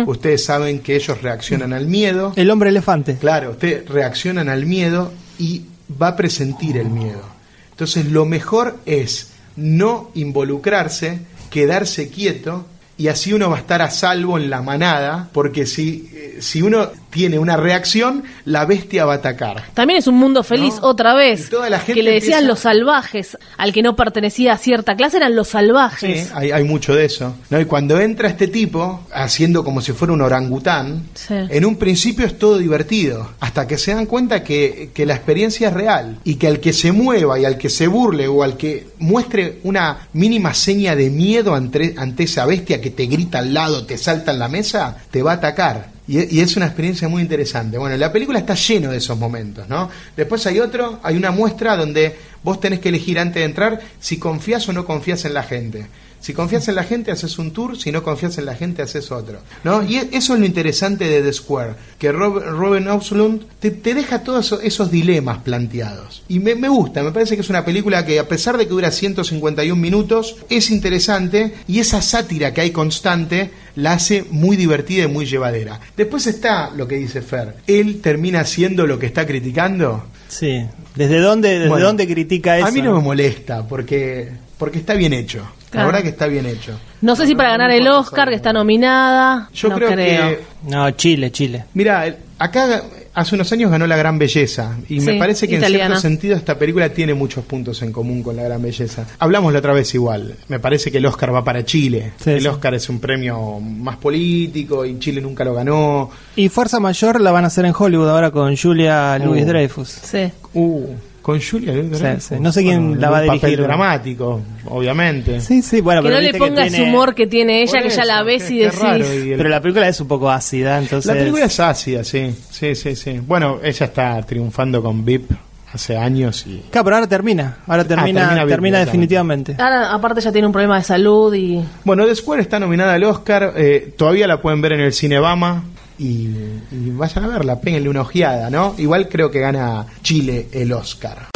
S2: ustedes saben que ellos reaccionan al miedo
S3: El hombre elefante.
S2: Claro, ustedes reaccionan al miedo y va a presentir el miedo. Entonces lo mejor es no involucrarse, quedarse quieto y así uno va a estar a salvo en la manada, porque si, eh, si uno tiene una reacción, la bestia va a atacar.
S4: También es un mundo feliz
S2: No.
S4: otra vez.
S2: Y toda la gente
S4: que le decían
S2: empieza-
S4: los salvajes, al que no pertenecía a cierta clase eran los salvajes.
S2: Sí, ¿Eh? hay, hay mucho de eso. ¿no? Y cuando entra este tipo, haciendo como si fuera un orangután,
S4: Sí.
S2: en un principio es todo divertido, hasta que se dan cuenta que, que la experiencia es real y que al que se mueva y al que se burle o al que muestre una mínima seña de miedo ante, ante esa bestia que te grita al lado, te salta en la mesa, te va a atacar. Y, y es una experiencia muy interesante. Bueno, la película está lleno de esos momentos, ¿no? Después hay otro, hay una muestra donde vos tenés que elegir antes de entrar si confías o no confías en la gente. Si confías en la gente, haces un tour, si no confías en la gente, haces otro. ¿no? Y e, eso es lo interesante de The Square, que Rob, Robin Oxlund te, te, deja todos esos, esos dilemas planteados. Y me, me, gusta, me parece que es una película que a pesar de que dura 151 minutos, es interesante y esa sátira que hay constante la hace muy divertida y muy llevadera. Después está lo que dice Fer, él termina haciendo lo que está criticando.
S3: Sí, ¿desde dónde, desde bueno, dónde critica eso?
S2: A mí no me molesta, porque, porque está bien hecho. Claro. La verdad que está bien hecho.
S4: No sé si para ganar el Oscar, que está nominada. Yo no creo, creo, que.
S3: No, Chile, Chile.
S2: Mira, acá hace unos años ganó La Gran Belleza. Y sí, me parece que italiana. en cierto sentido esta película tiene muchos puntos en común con La Gran Belleza. Hablamos la otra vez igual. Me parece que el Oscar va para Chile. Sí, el sí. Oscar es un premio más político y Chile nunca lo ganó.
S3: Y Fuerza Mayor la van a hacer en Hollywood ahora con Julia uh, Louis Dreyfus.
S4: Sí.
S2: Uh. Con Julia,
S3: ¿no? Sí, sí. no sé quién bueno, la va a dirigir.
S2: Papel dramático, obviamente.
S3: Sí, sí, bueno,
S4: que
S3: Ah, pero
S4: no le ponga ese tiene... humor que tiene ella, que ya la ves y decís.
S3: Y el... Pero la película es un poco ácida, entonces.
S2: La película es ácida, sí. Sí, sí, sí. Bueno, ella está triunfando con VIP hace años y.
S3: Claro, pero ahora termina. Ahora termina, ah, termina, termina definitivamente.
S4: Ahora, aparte, ya tiene un problema de salud y.
S2: Bueno, The Square está nominada al Oscar. Eh, todavía la pueden ver en el Cinebama. Y, y, vayan a verla, péguenle una ojeada, ¿no? Igual creo que gana Chile el Oscar.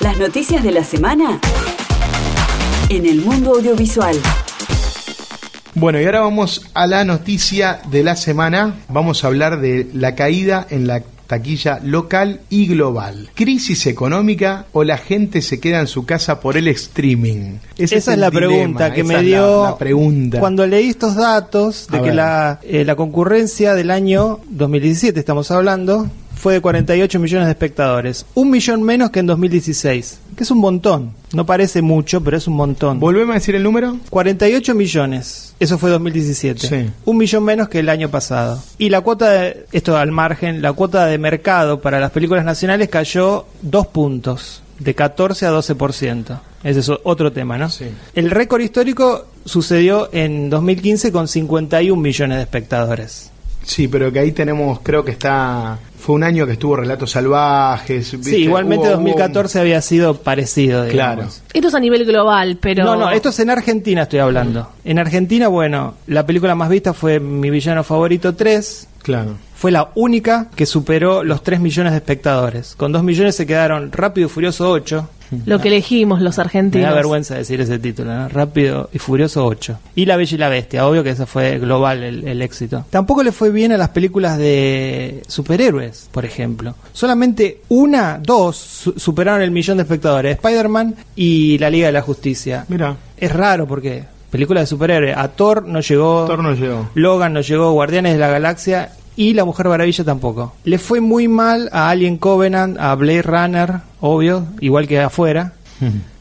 S1: Las noticias de la semana en el mundo audiovisual.
S2: Bueno, y ahora vamos a la noticia de la semana. Vamos a hablar de la caída en la taquilla local y global. Crisis económica o la gente se queda en su casa por el streaming.
S3: Ese esa es, la dilema, pregunta que me dio la, la
S2: pregunta.
S3: cuando leí estos datos de a que la, eh, la concurrencia del año 2017 estamos hablando fue de 48 millones de espectadores, un millón menos que en 2016, que es un montón. No parece mucho, pero es un montón.
S2: ¿Volvemos a decir el número?
S3: 48 millones. Eso fue 2017. Sí. Un millón menos que el año pasado. Y la cuota, de, esto al margen, la cuota de mercado para las películas nacionales cayó dos puntos, de 14 a 12%. Ese es otro tema, ¿no? Sí. El récord histórico sucedió en 2015 con 51 millones de espectadores.
S2: Sí, pero que ahí tenemos, creo que está. Fue un año que estuvo Relatos Salvajes.
S3: ¿viste? Sí, igualmente hubo, 2014 hubo... había sido parecido. Digamos. Claro.
S4: Esto es a nivel global, pero.
S3: No, no, esto es en Argentina, estoy hablando. Mm. En Argentina, bueno, la película más vista fue Mi Villano Favorito 3.
S2: Claro.
S3: Fue la única que superó los 3 millones de espectadores. Con 2 millones se quedaron Rápido y Furioso 8,
S4: lo que elegimos los argentinos.
S3: Me da vergüenza decir ese título, ¿no? Rápido y Furioso 8. Y La Bella y la Bestia, obvio que ese fue global el, el, éxito. Tampoco le fue bien a las películas de superhéroes, por ejemplo. Solamente una, dos su superaron el millón de espectadores, Spider-Man y La Liga de la Justicia.
S2: Mira.
S3: Es raro porque películas de superhéroes, a Thor no llegó,
S2: Thor no llegó.
S3: Logan no llegó, Guardianes de la Galaxia y La Mujer Maravilla tampoco. Le fue muy mal a Alien Covenant, a Blade Runner, obvio, igual que afuera,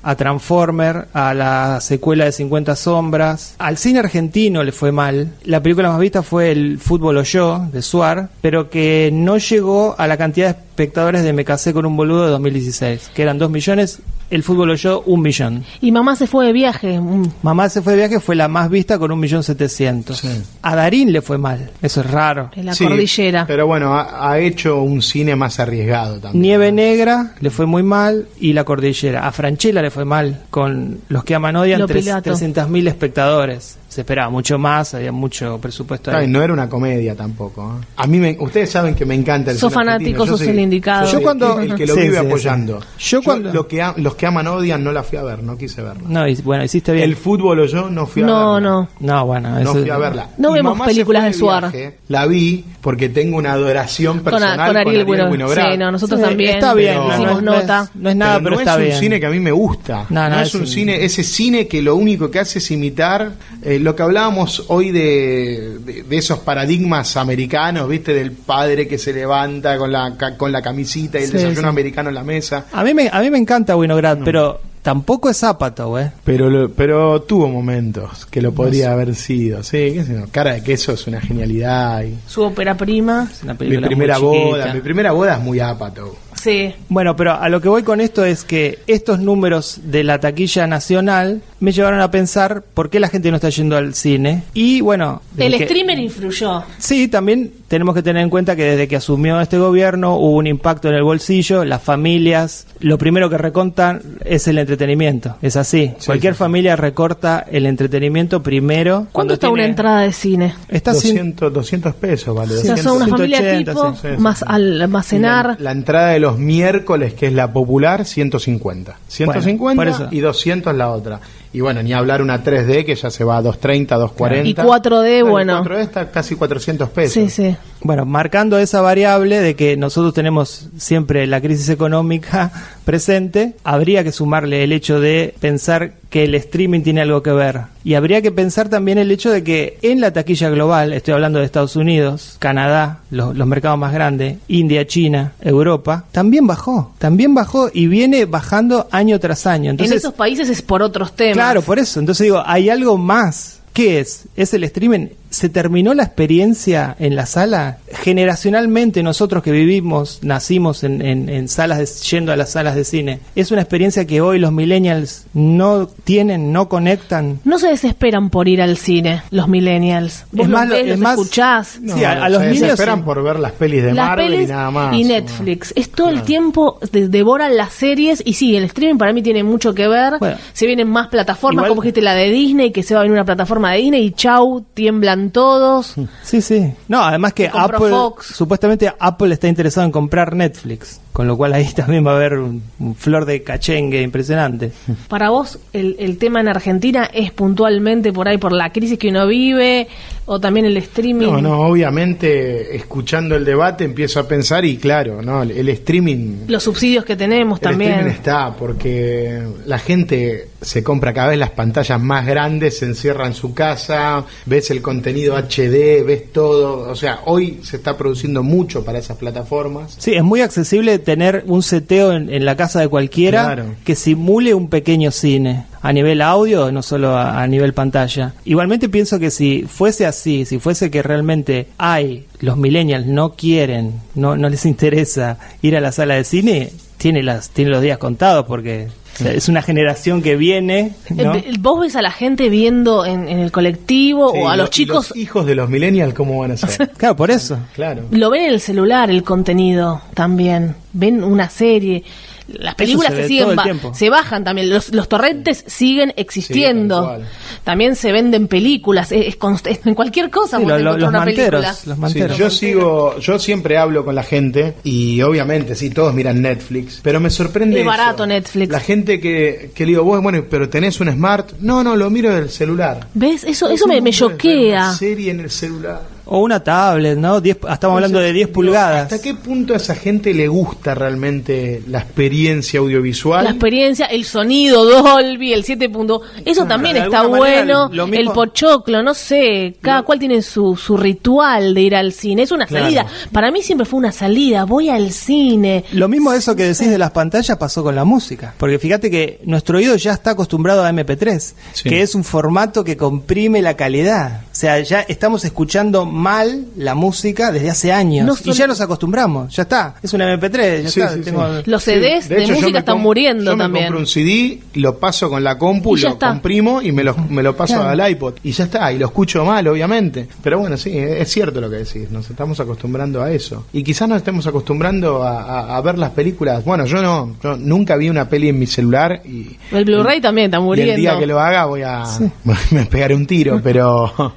S3: a Transformer, a la secuela de 50 sombras, al cine argentino le fue mal. La película más vista fue El fútbol o yo de Suar, pero que no llegó a la cantidad de espectadores de Me casé con un boludo de 2016, que eran 2 millones el fútbol oyó un millón.
S4: Y mamá se fue de viaje. Mm.
S3: Mamá se fue de viaje, fue la más vista con un millón setecientos. Sí. A Darín le fue mal, eso es raro.
S4: En la sí, cordillera.
S2: Pero bueno, ha, ha, hecho un cine más arriesgado también.
S3: Nieve Negra le fue muy mal y La Cordillera. A Franchella le fue mal con Los que aman odian, Lo 300.000 espectadores se esperaba mucho más, había mucho presupuesto.
S2: Claro, no era una comedia tampoco. ¿eh? A mí, me, ustedes saben que me encanta el
S4: Sos fanático, sos soy, el indicado.
S2: Yo cuando, el, que, el que lo sí, vive sí, apoyando. Sí, yo cuando. Yo, lo que, los que aman odian no la fui a ver, no quise verla.
S3: No, y, bueno, hiciste bien.
S2: El fútbol o yo no fui a
S4: no,
S2: verla.
S4: No,
S3: no. No, bueno.
S2: Eso, no fui a verla.
S4: No y vemos películas de, de Suar.
S2: La vi porque tengo una adoración personal con,
S4: con Ariel, con Ariel Winograd. Sí, no, nosotros también.
S3: Está bien, pero,
S4: hicimos
S3: no,
S4: nota.
S3: Es, no es nada, pero,
S2: está bien. No es un cine que a mí me gusta. No es un cine, ese cine que lo único que hace es imitar eh, lo que hablábamos hoy de, de, de, esos paradigmas americanos, ¿viste? Del padre que se levanta con la, con la camisita y el sí, desayuno sí. americano en la mesa.
S3: A mí me, a mí me encanta Winograd, no. pero tampoco es Zapato, ¿eh?
S2: Pero, lo, pero tuvo momentos que lo podría no sé. haber sido, sí, qué sé yo? Cara de queso es una genialidad. Y...
S4: Su ópera prima.
S2: Una mi primera boda, chiquita. mi primera boda es muy Zapato.
S4: Sí.
S3: Bueno, pero a lo que voy con esto es que estos números de la taquilla nacional me llevaron a pensar por qué la gente no está yendo al cine. Y bueno.
S4: El que... streamer influyó.
S3: Sí, también tenemos que tener en cuenta que desde que asumió este gobierno hubo un impacto en el bolsillo, las familias, lo primero que recontan es el entretenimiento, es así.
S2: Sí,
S3: Cualquier
S2: sí, sí.
S3: familia recorta el entretenimiento primero.
S4: ¿Cuánto
S3: cuando
S4: está
S3: tiene-
S4: una entrada de cine?
S3: Está cien-
S2: 200, 200 pesos, vale.
S4: O sea, son una
S2: 200.
S4: familia
S3: 180,
S4: tipo,
S2: sí, sí,
S4: más
S2: sí.
S4: al más cenar.
S2: La, la entrada de los miércoles, que es la popular, 150. 150
S3: por eso.
S2: y 200 la otra. Y bueno, ni hablar una 3D que ya se va a 230, 240.
S4: Y 4D,
S2: Claro,
S4: bueno.
S2: 4D está casi 400 pesos.
S4: Sí, sí.
S3: Bueno, marcando esa variable de que nosotros tenemos siempre la crisis económica presente, habría que sumarle el hecho de pensar que el streaming tiene algo que ver. Y habría que pensar también el hecho de que en la taquilla global, estoy hablando de Estados Unidos, Canadá, lo- los mercados más grandes, India, China, Europa, también bajó. También bajó y viene bajando año tras año.
S4: en
S3: Entonces,
S4: esos países es por otros temas.
S3: Claro, por eso. Entonces digo, hay algo más. ¿Qué es? ¿Es el streaming? ¿Se terminó la experiencia en la sala? Generacionalmente nosotros que vivimos, nacimos en, en- en salas, de- yendo a las salas de cine, es una experiencia que hoy los millennials no tienen, no conectan.
S4: No se desesperan por ir al cine, los millennials. Vos
S3: Es
S4: los
S3: más, lo-
S4: ves,
S3: es
S4: los
S3: más-
S4: escuchás.
S2: No,
S3: Sí, a- a los
S2: se
S3: niños
S2: desesperan
S3: sí.
S2: por ver las pelis de
S4: las
S2: Marvel
S4: pelis
S2: y nada más.
S4: y
S2: ¿no?
S4: Netflix. Es todo el tiempo, de- devoran las series y sí, el streaming para mí tiene mucho que ver.
S3: Bueno.
S4: se vienen más plataformas,
S3: Igual-
S4: como dijiste la de Disney, que se va a venir una plataforma de Disney y chau, tiemblan todos.
S2: Mm.
S3: Sí, sí. No, además que
S4: Se compró
S3: Apple,
S4: Fox.
S3: supuestamente Apple está interesado en comprar Netflix, con lo cual ahí también va a haber un, un flor de cachengue impresionante.
S4: Para vos, el, el tema en Argentina es puntualmente por ahí, por la crisis que uno vive, o también el streaming.
S2: No, no, obviamente, escuchando el debate empiezo a pensar y claro, no, el, el streaming...
S4: Los subsidios que tenemos
S2: El streaming
S4: también.
S2: está porque la gente se compra cada vez las pantallas más grandes, se encierra en su casa, ves el contenido HD, ves todo. O sea, hoy se está produciendo mucho para esas plataformas.
S3: Sí, es muy accesible tener un seteo en, en la casa de cualquiera
S2: Claro.
S3: que simule un pequeño cine a nivel audio, no solo a, a nivel pantalla. Igualmente pienso que si fuese así, si fuese que realmente hay, los millennials no quieren, no, no les interesa ir a la sala de cine, tiene, las, tiene los días contados porque o sea, es una generación que viene. ¿no?
S4: Eh, ¿Vos ves a la gente viendo en, en el colectivo
S2: Sí,
S4: o a
S2: lo-
S4: los
S2: y
S4: chicos
S2: los hijos de los millennials, ¿cómo van a ser?
S3: Claro, por eso.
S2: claro.
S4: Lo ven en el celular el contenido también. Ven una serie. Las películas
S3: se
S4: se,
S3: ve todo
S4: siguen
S3: el
S4: ba-
S3: tiempo.
S4: se bajan también. Los, los torrentes siguen existiendo.
S2: tal cual.
S4: también se venden películas. Es, es const- es- en cualquier cosa
S3: Sí,
S4: vos
S3: lo-
S4: te
S3: lo-
S4: encontrás
S3: los
S4: una película.
S3: manteros. Los
S2: Sí,
S3: manteros.
S2: yo sigo, yo siempre hablo con la gente y obviamente sí, todos miran Netflix, pero me sorprende.
S4: Es barato
S2: eso.
S4: Netflix.
S2: La gente que, que le digo, vos, bueno, pero tenés un smart. No, no, lo miro del celular.
S4: ¿Ves? Eso, eso me, me
S2: ¿Cómo puedes ver
S4: choquea.
S2: Una serie en el celular.
S3: O una tablet, ¿no? Diez- estamos hablando de 10
S2: Digo,
S3: pulgadas.
S2: ¿Hasta qué punto a esa gente le gusta realmente la experiencia audiovisual?
S4: La experiencia, el sonido Dolby, el 7. punto- Eso también
S3: de
S4: está
S3: alguna manera,
S4: bueno.
S3: lo
S4: el
S3: mismo-
S4: pochoclo, no sé. Cada cual tiene su, su ritual de ir al cine. Es una
S3: Claro.
S4: salida. Para mí siempre fue una salida. Voy al cine.
S3: Lo mismo eso que decís de las pantallas pasó con la música. Porque fíjate que nuestro oído ya está acostumbrado a MP3,
S2: Sí.
S3: que es un formato que comprime la calidad. O sea, ya estamos escuchando mal la música desde hace años.
S4: No
S3: y
S4: solo-
S3: ya nos acostumbramos, ya está. Es una MP3, ya
S2: Sí,
S3: está.
S2: sí,
S3: tengo-
S4: Los CDs
S2: Sí,
S4: de,
S2: hecho, yo
S4: música
S2: me
S4: están
S2: com-
S4: muriendo
S2: yo me
S4: también.
S2: compro un CD, lo paso con la compu,
S4: Y ya
S2: lo
S4: está.
S2: comprimo y me lo, me lo paso
S3: Claro.
S2: al iPod. Y ya está, y lo escucho mal, obviamente. Pero bueno, sí, e-, es cierto lo que decís, nos estamos acostumbrando a eso. Y quizás nos estemos acostumbrando a, a- a ver las películas. Bueno, yo no, yo nunca vi una peli en mi celular y,
S4: El Blu-ray también está
S2: y el día
S4: muriendo.
S2: que lo haga voy a me pegaré un tiro, pero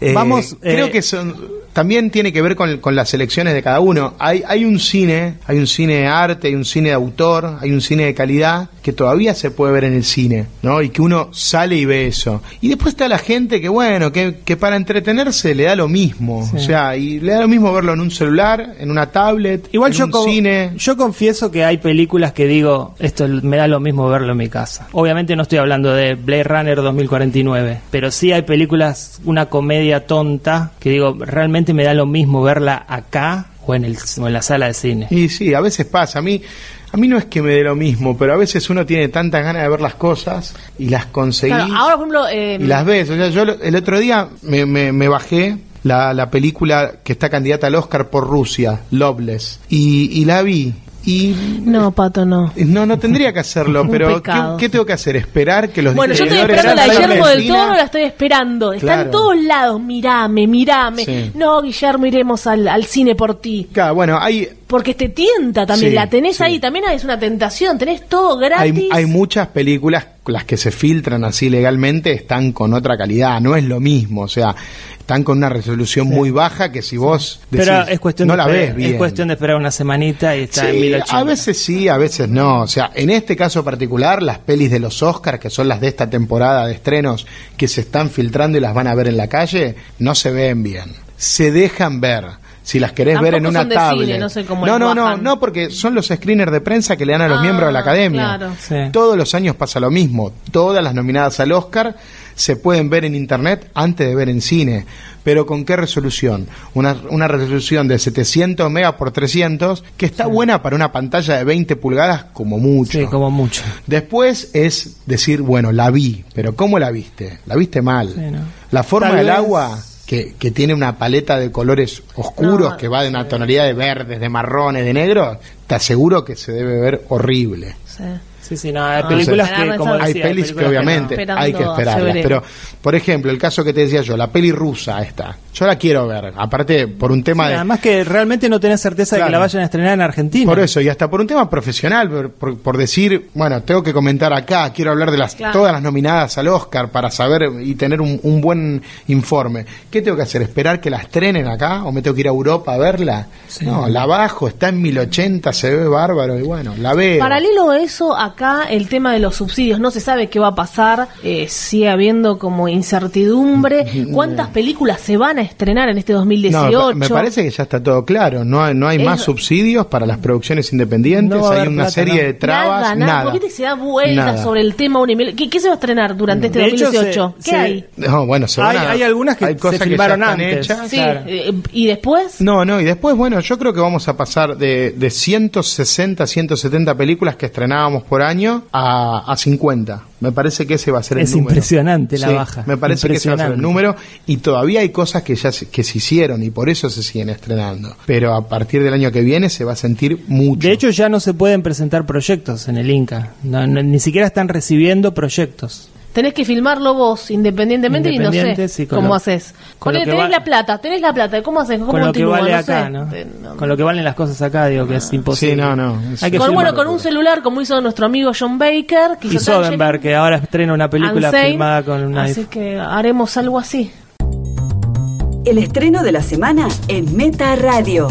S2: eh,
S3: Vamos,
S2: creo
S3: eh,
S2: que son también tiene que ver con, con las elecciones de cada uno. Hay, hay un cine, hay un cine de arte, hay un cine de autor, hay un cine de calidad que todavía se puede ver en el cine, ¿no? Y que uno sale y ve eso. Y después está la gente que, bueno, que, que para entretenerse le da lo mismo. O sea, y le da lo mismo verlo en un celular, en una tablet,
S3: Igual
S2: en
S3: yo,
S2: un
S3: co-
S2: cine.
S3: yo confieso que hay películas que digo, esto me da lo mismo verlo en mi casa. Obviamente no estoy hablando de Blade Runner 2049, pero sí hay películas, una comedia tonta, que digo, realmente me da lo mismo verla acá o en, el, o en la sala de cine.
S2: Y sí, a veces pasa. A mí, a mí no es que me dé lo mismo, pero a veces uno tiene tantas ganas de ver las cosas y las conseguís
S4: Claro, ahora, por ejemplo, eh,
S2: y las ves. O sea, yo lo- el otro día me, me- me bajé la, la película que está candidata al Oscar por Rusia, Loveless, y, y la vi. Y
S4: No, Pato, no.
S2: no, no tendría que hacerlo,
S4: Un
S2: pero ¿qué,
S4: pecado.
S2: qué tengo que hacer? ¿Esperar que los
S4: Bueno, yo estoy
S2: distribuidores
S4: esperando la de
S2: sean
S4: Guillermo del
S2: Argentina?
S4: Toro, la estoy esperando. Está
S2: Claro.
S4: en todos lados, mirame, mirame.
S2: Sí.
S4: No, Guillermo, iremos al, al cine por ti.
S2: Claro, bueno, hay,
S4: Porque te tienta también,
S2: Sí,
S4: la tenés
S2: sí.
S4: ahí, también es una tentación, tenés todo gratis.
S2: hay, hay muchas películas, las que se filtran así legalmente, están con otra calidad, no es lo mismo, o sea, están con una resolución muy baja que si vos decís,
S3: Pero es cuestión,
S2: no
S3: de
S2: la
S3: esperar,
S2: ves bien.
S3: es cuestión de esperar una semanita y está en
S2: Sí,
S3: 1080.
S2: a veces sí, a veces no. O sea, en este caso particular, las pelis de los Oscars, que son las de esta temporada de estrenos, que se están filtrando y las van a ver en la calle, no se ven bien. Se dejan ver. Si las querés ver en
S4: Tampoco
S2: una
S4: son de
S2: tablet.
S4: cine, no sé cómo
S2: no,
S4: les
S2: no, no,
S4: bajan.
S2: no, porque son los screeners de prensa que le dan a los
S4: Ah,
S2: miembros de la academia.
S4: claro.
S3: Sí.
S2: Todos los años pasa lo mismo. Todas las nominadas al Oscar se pueden ver en internet antes de ver en cine. Pero ¿con qué resolución? Una, una resolución de 700 megas por 300, que está buena para una pantalla de 20 pulgadas como mucho.
S3: Sí, como mucho.
S2: Después es decir, bueno, la vi, pero ¿cómo la viste? La viste mal.
S3: Sí, ¿no?
S2: La forma
S3: Tal
S2: del
S3: vez-
S2: agua, que, que tiene una paleta de colores oscuros,
S4: No,
S2: que va de una tonalidad de verdes, de marrones, de negros, te aseguro que se debe ver horrible.
S4: Sí.
S3: Sí, sí, no, hay
S4: Ah,
S3: películas
S4: sí.
S3: que, como
S4: Hay
S2: Hay
S3: decía,
S2: pelis que
S3: películas no.
S2: obviamente
S4: Esperando
S2: hay que
S4: a
S2: esperarlas,
S4: febrero.
S2: pero por ejemplo, el caso que te decía yo, la peli rusa esta, yo la quiero ver, aparte por un tema
S3: Sí,
S2: de...
S3: Además que realmente no tenés certeza de que
S2: Claro.
S3: la vayan a estrenar en Argentina.
S2: Por eso, y hasta por un tema profesional, por, por- por decir, bueno, tengo que comentar acá, quiero hablar de las
S4: Claro.
S2: todas las nominadas al Oscar para saber y tener un, un buen informe. ¿Qué tengo que hacer? ¿Esperar que la estrenen acá? ¿O me tengo que ir a Europa a verla? No, la bajo, está en 1080, se ve bárbaro y bueno, la veo.
S4: Paralelo a eso, acá el tema de los subsidios, no se sabe qué va a pasar, eh, sigue habiendo como incertidumbre, cuántas películas se van a estrenar en este
S2: Mm, No,
S4: 2018.
S2: me pa- me parece que ya está todo claro. No hay, no hay
S4: Es-
S2: más subsidios para las producciones independientes.
S3: No va a
S2: hay
S3: haber
S2: una
S3: plata,
S2: serie
S3: no.
S2: de trabas.
S4: nada,
S2: Nada.
S4: nada, ¿Por qué te se da vueltas
S2: Nada.
S4: sobre el tema? una y mil- ¿Qué, qué se va a estrenar durante este
S3: De hecho,
S4: 2018?
S3: se-
S4: ¿Qué
S3: se-
S4: hay?
S2: No, bueno, se van
S3: Hay-
S2: a-
S3: hay algunas que
S2: hay
S3: se
S2: cosas que ya
S3: filmaron
S2: están
S3: antes.
S2: hechas.
S4: Sí,
S3: claro.
S4: eh, ¿y después?
S2: No, no, y después, bueno, yo creo que vamos a pasar de, de 160, 170 películas que estrenábamos por año a, a 50. Me parece que ese va a ser el
S3: Es
S2: número.
S3: impresionante la
S2: Sí,
S3: baja.
S2: Me parece que ese va a ser el
S3: Impresionante.
S2: número. Y todavía hay cosas que ya se, que se hicieron y por eso se siguen estrenando. Pero a partir del año que viene se va a sentir mucho.
S3: De hecho, ya no se pueden presentar proyectos en el Inca. No, no, ni siquiera están recibiendo proyectos.
S4: Tenés que filmarlo vos independientemente y no
S3: Independiente,
S4: sé
S3: sí, con
S4: cómo
S3: lo-
S4: haces.
S3: con lo
S4: Ponele,
S3: que
S4: tenés
S3: va-
S4: la plata, tenés la plata, ¿cómo haces? ¿Cómo
S3: Con lo que
S4: continúa?
S3: vale
S4: No sé.
S3: acá, ¿no?
S4: Eh, no.
S3: Con lo que valen las cosas acá, digo que es imposible.
S2: Sí, no, no. Es-
S3: Hay que
S4: Con, bueno,
S3: filmar.
S4: con un celular, como hizo nuestro amigo John Baker, que
S3: Y
S4: hizo Tangerine,
S3: Soderbergh, que ahora estrena una película
S4: Unsane,
S3: filmada con un
S4: Así
S3: iPhone.
S4: que haremos algo así.
S1: El estreno de la semana en Meta Radio.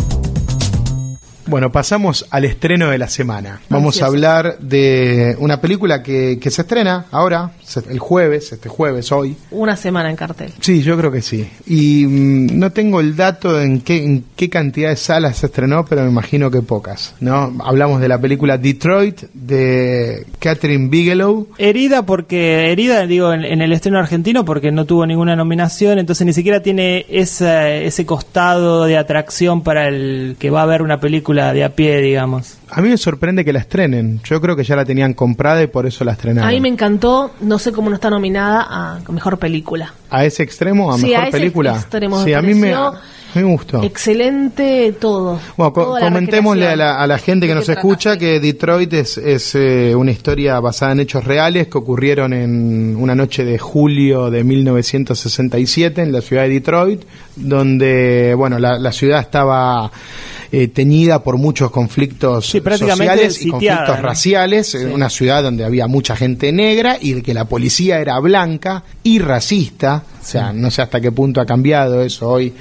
S2: Bueno, pasamos al estreno de la
S3: Ah,
S2: semana. Vamos
S4: Ansiosa.
S2: a hablar de una película que, que se estrena ahora, se- el jueves, este jueves, hoy.
S4: Una semana en cartel.
S2: Sí, yo creo que sí. Y mm, no tengo el dato en qué, en qué cantidad de salas se estrenó, pero me imagino que pocas. ¿no? Hablamos de la película Detroit de Catherine Bigelow.
S3: Herida porque, herida digo en, en el estreno argentino porque no tuvo ninguna nominación, entonces ni siquiera tiene esa- ese costado de atracción para el que va a ver una película de a pie, digamos.
S2: A mí me sorprende que la estrenen. Yo creo que ya la tenían comprada y por eso la estrenaron.
S4: A mí me encantó, no sé cómo no está nominada a mejor película.
S2: ¿A ese extremo? ¿A
S4: Sí,
S2: mejor
S4: a ese
S2: película?
S4: extremo me
S2: sí, a mí me,
S4: pareció
S2: a mí me gustó.
S4: Excelente todo.
S2: Bueno, co-
S4: Toda la
S2: comentémosle a
S4: recreación.
S2: la, a la gente que
S4: ¿De
S2: nos
S4: qué trata?
S2: escucha que Detroit es, es, eh, una historia basada en hechos reales que ocurrieron en una noche de julio de 1967 en la ciudad de Detroit, donde bueno la, la ciudad estaba eh, teñida por muchos conflictos
S3: Sí, prácticamente
S2: sociales y
S3: sitiada,
S2: conflictos
S3: ¿no?
S2: raciales, en una ciudad donde había mucha gente negra y que la policía era blanca y racista. O sea, no sé hasta qué punto ha cambiado eso hoy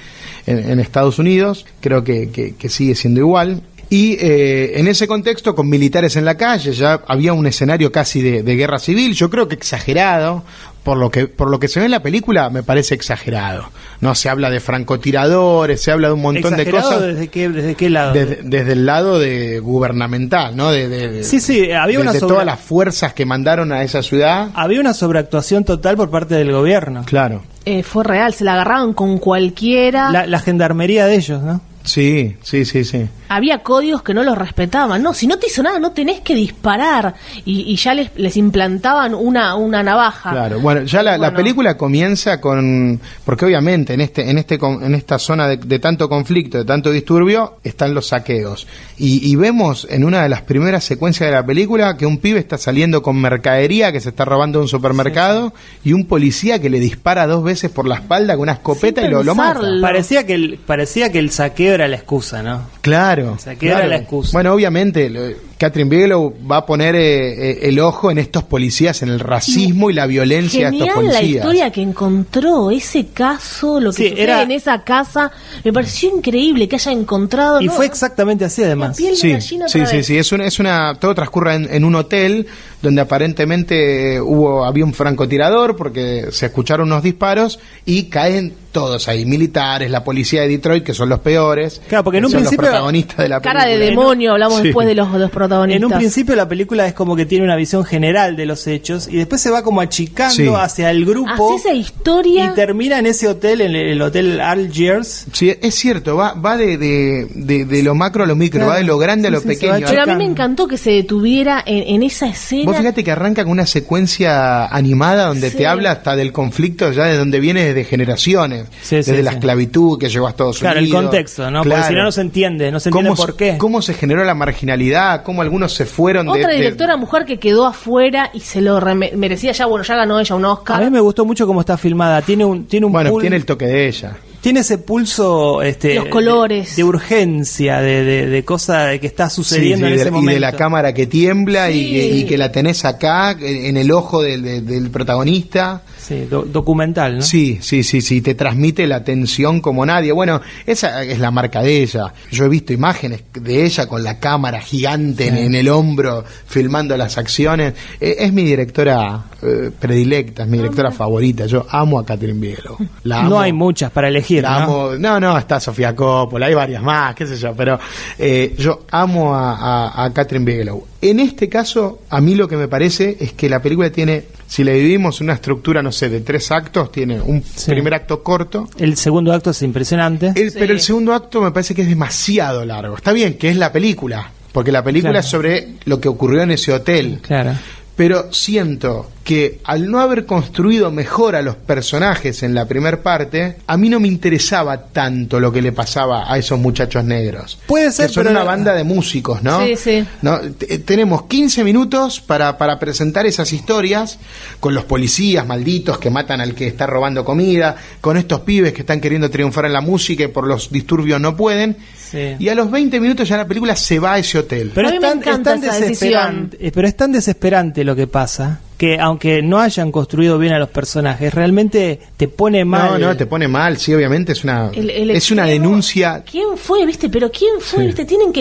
S2: en, en Estados Unidos. Creo que, que- que sigue siendo igual. Y eh, en ese contexto, con militares en la calle, ya había un escenario casi de, de guerra civil. Yo creo que exagerado. Por lo, que, por lo que se ve en la película, me parece exagerado. No se habla de francotiradores, se habla de un montón
S3: Exagerado,
S2: de cosas.
S3: ¿Desde qué, desde qué lado?
S2: Desde, desde el lado de gubernamental, ¿no? De, de- de-
S3: Ah. Sí, sí, había
S2: de-
S3: una
S2: de
S3: sobre-
S2: todas las fuerzas que mandaron a esa ciudad.
S3: Había una sobreactuación total por parte del gobierno.
S2: Claro.
S4: Eh, fue real, se la agarraban con cualquiera.
S3: La, la gendarmería de ellos, ¿no?
S2: Sí, sí, sí, sí.
S4: había códigos que no los respetaban. No, si no te hizo nada, no tenés que disparar. Y, y ya les, les implantaban una, una navaja.
S2: Claro, bueno, ya la, la
S4: Ah. Bueno.
S2: película comienza con porque obviamente en este en este con- en esta zona de, de tanto conflicto, de tanto disturbio, están los saqueos. Y, y vemos en una de las primeras secuencias de la película que un pibe está saliendo con mercadería que se está robando de un supermercado y un policía que le dispara dos veces por la espalda con una escopeta y lo, lo mata.
S4: pensarlo.
S3: Parecía que, el, parecía que el saqueo era la excusa, ¿no?
S2: Claro.
S3: sea, que era
S2: claro.
S3: la excusa.
S2: Bueno, obviamente, lo- Catherine Bigelow va a poner eh, eh, el ojo en estos policías, en el racismo y la violencia de estos
S4: Genial
S2: policías.
S4: la historia que encontró, ese caso, lo que
S3: Sí,
S4: sucede
S3: era-
S4: en esa casa. Me pareció increíble que haya encontrado.
S3: Y
S4: ¿no?
S3: fue exactamente así,
S4: La
S3: además.
S4: piel de
S2: Sí,
S4: gallina
S2: sí,
S4: otra
S2: sí,
S4: vez.
S2: sí, es una, es una, todo transcurre en, en un hotel donde aparentemente eh, hubo, había un francotirador porque se escucharon unos disparos y caen todos ahí, militares, la policía de Detroit, que son los peores,
S3: Claro, porque en
S2: que
S3: un
S2: son
S3: principio-
S2: los protagonistas de la
S4: Cara de
S2: película. ¿eh?
S4: demonio, hablamos
S2: Sí.
S4: después de los dos protagonistas.
S3: En un principio la película es como que tiene una visión general de los hechos y después se va como achicando
S2: Sí.
S3: hacia el grupo
S4: Así esa
S3: y
S4: historia.
S3: termina en ese hotel, en el, el hotel Algiers.
S2: Sí, es cierto, va, va de, de, de- de lo macro a lo micro,
S3: Claro.
S2: va de lo grande a
S3: Sí,
S2: lo
S3: sí, se va
S2: pequeño.
S4: Pero a mí me
S3: chocando.
S4: encantó que se detuviera en, en esa escena.
S2: Vos fíjate que arranca con una secuencia animada donde
S4: Sí.
S2: te habla hasta del conflicto ya de donde viene desde generaciones,
S3: Sí,
S2: desde
S3: sí,
S2: la
S3: sí.
S2: esclavitud que llegó a Estados
S3: Claro, el
S2: Unidos.
S3: contexto, ¿no?
S2: Claro.
S3: Porque si no, no se entiende, no se entiende
S2: cómo,
S3: por
S2: se-
S3: qué.
S2: cómo se generó la marginalidad, cómo algunos se fueron de-
S4: Otra
S2: de...
S4: directora mujer que quedó afuera y se lo reme- merecía ya, bueno, ya ganó ella un
S3: A
S4: Oscar.
S3: mí me gustó mucho cómo está filmada. Tiene un tiene un
S2: Bueno,
S3: pul-
S2: tiene el toque de ella.
S3: tiene ese pulso este
S4: Los colores.
S3: de, de urgencia, de, de, de cosa de que está sucediendo
S2: Sí, sí,
S3: en
S2: de-
S3: ese
S2: y
S3: momento.
S2: de la cámara que tiembla y
S4: Sí.
S2: que- y, que la tenés acá, eh, en el ojo del, del- del protagonista.
S3: Sí, do- documental, ¿no?
S2: Sí, sí, sí, sí, te transmite la tensión como nadie. Bueno, esa es la marca de ella. Yo he visto imágenes de ella con la cámara gigante en, en el hombro, filmando las acciones. Eh, es mi directora eh, predilecta, es mi directora favorita. Yo amo a Catherine Bigelow. La
S3: No
S2: amo.
S3: hay muchas para elegir,
S2: La
S3: ¿no?
S2: amo- ¿no? no, está Sofía Coppola, hay varias más, qué sé yo, pero eh, yo amo a, a, a Catherine Bigelow. En este caso, a mí lo que me parece es que la película tiene, si le vivimos una estructura, no sé, de tres actos, tiene un
S3: Sí.
S2: primer acto corto.
S3: El segundo acto es impresionante.
S2: el-
S4: Sí.
S2: Pero el segundo acto me parece que es demasiado largo. Está bien, que es la película, porque la película
S3: Claro.
S2: es sobre lo que ocurrió en ese hotel.
S3: Claro.
S2: Pero siento que al no haber construido mejor a los personajes en la primer parte, a mí no me interesaba tanto lo que le pasaba a esos muchachos negros.
S3: Puede ser,
S2: que son
S3: pero-
S2: una banda de músicos, ¿no?
S4: Sí, sí.
S2: ¿No? T- eh, Tenemos 15 minutos para, para presentar esas historias con los policías malditos que matan al que está robando comida, con estos pibes que están queriendo triunfar en la música y por los disturbios no pueden.
S3: Sí.
S2: Y a los 20 minutos ya la película se va a ese hotel.
S3: Pero
S4: A mí
S3: es
S4: me
S3: tan,
S4: encanta
S3: es tan
S4: esa
S3: desesperante, eh, pero es tan desesperante lo que pasa que aunque no hayan construido bien a los personajes, realmente te pone mal. eh,
S2: No, no, te pone mal, sí, obviamente es una
S4: El- el
S2: es una
S4: extremo,
S2: denuncia.
S4: ¿Quién fue, viste? Pero ¿quién fue, viste? Tienen que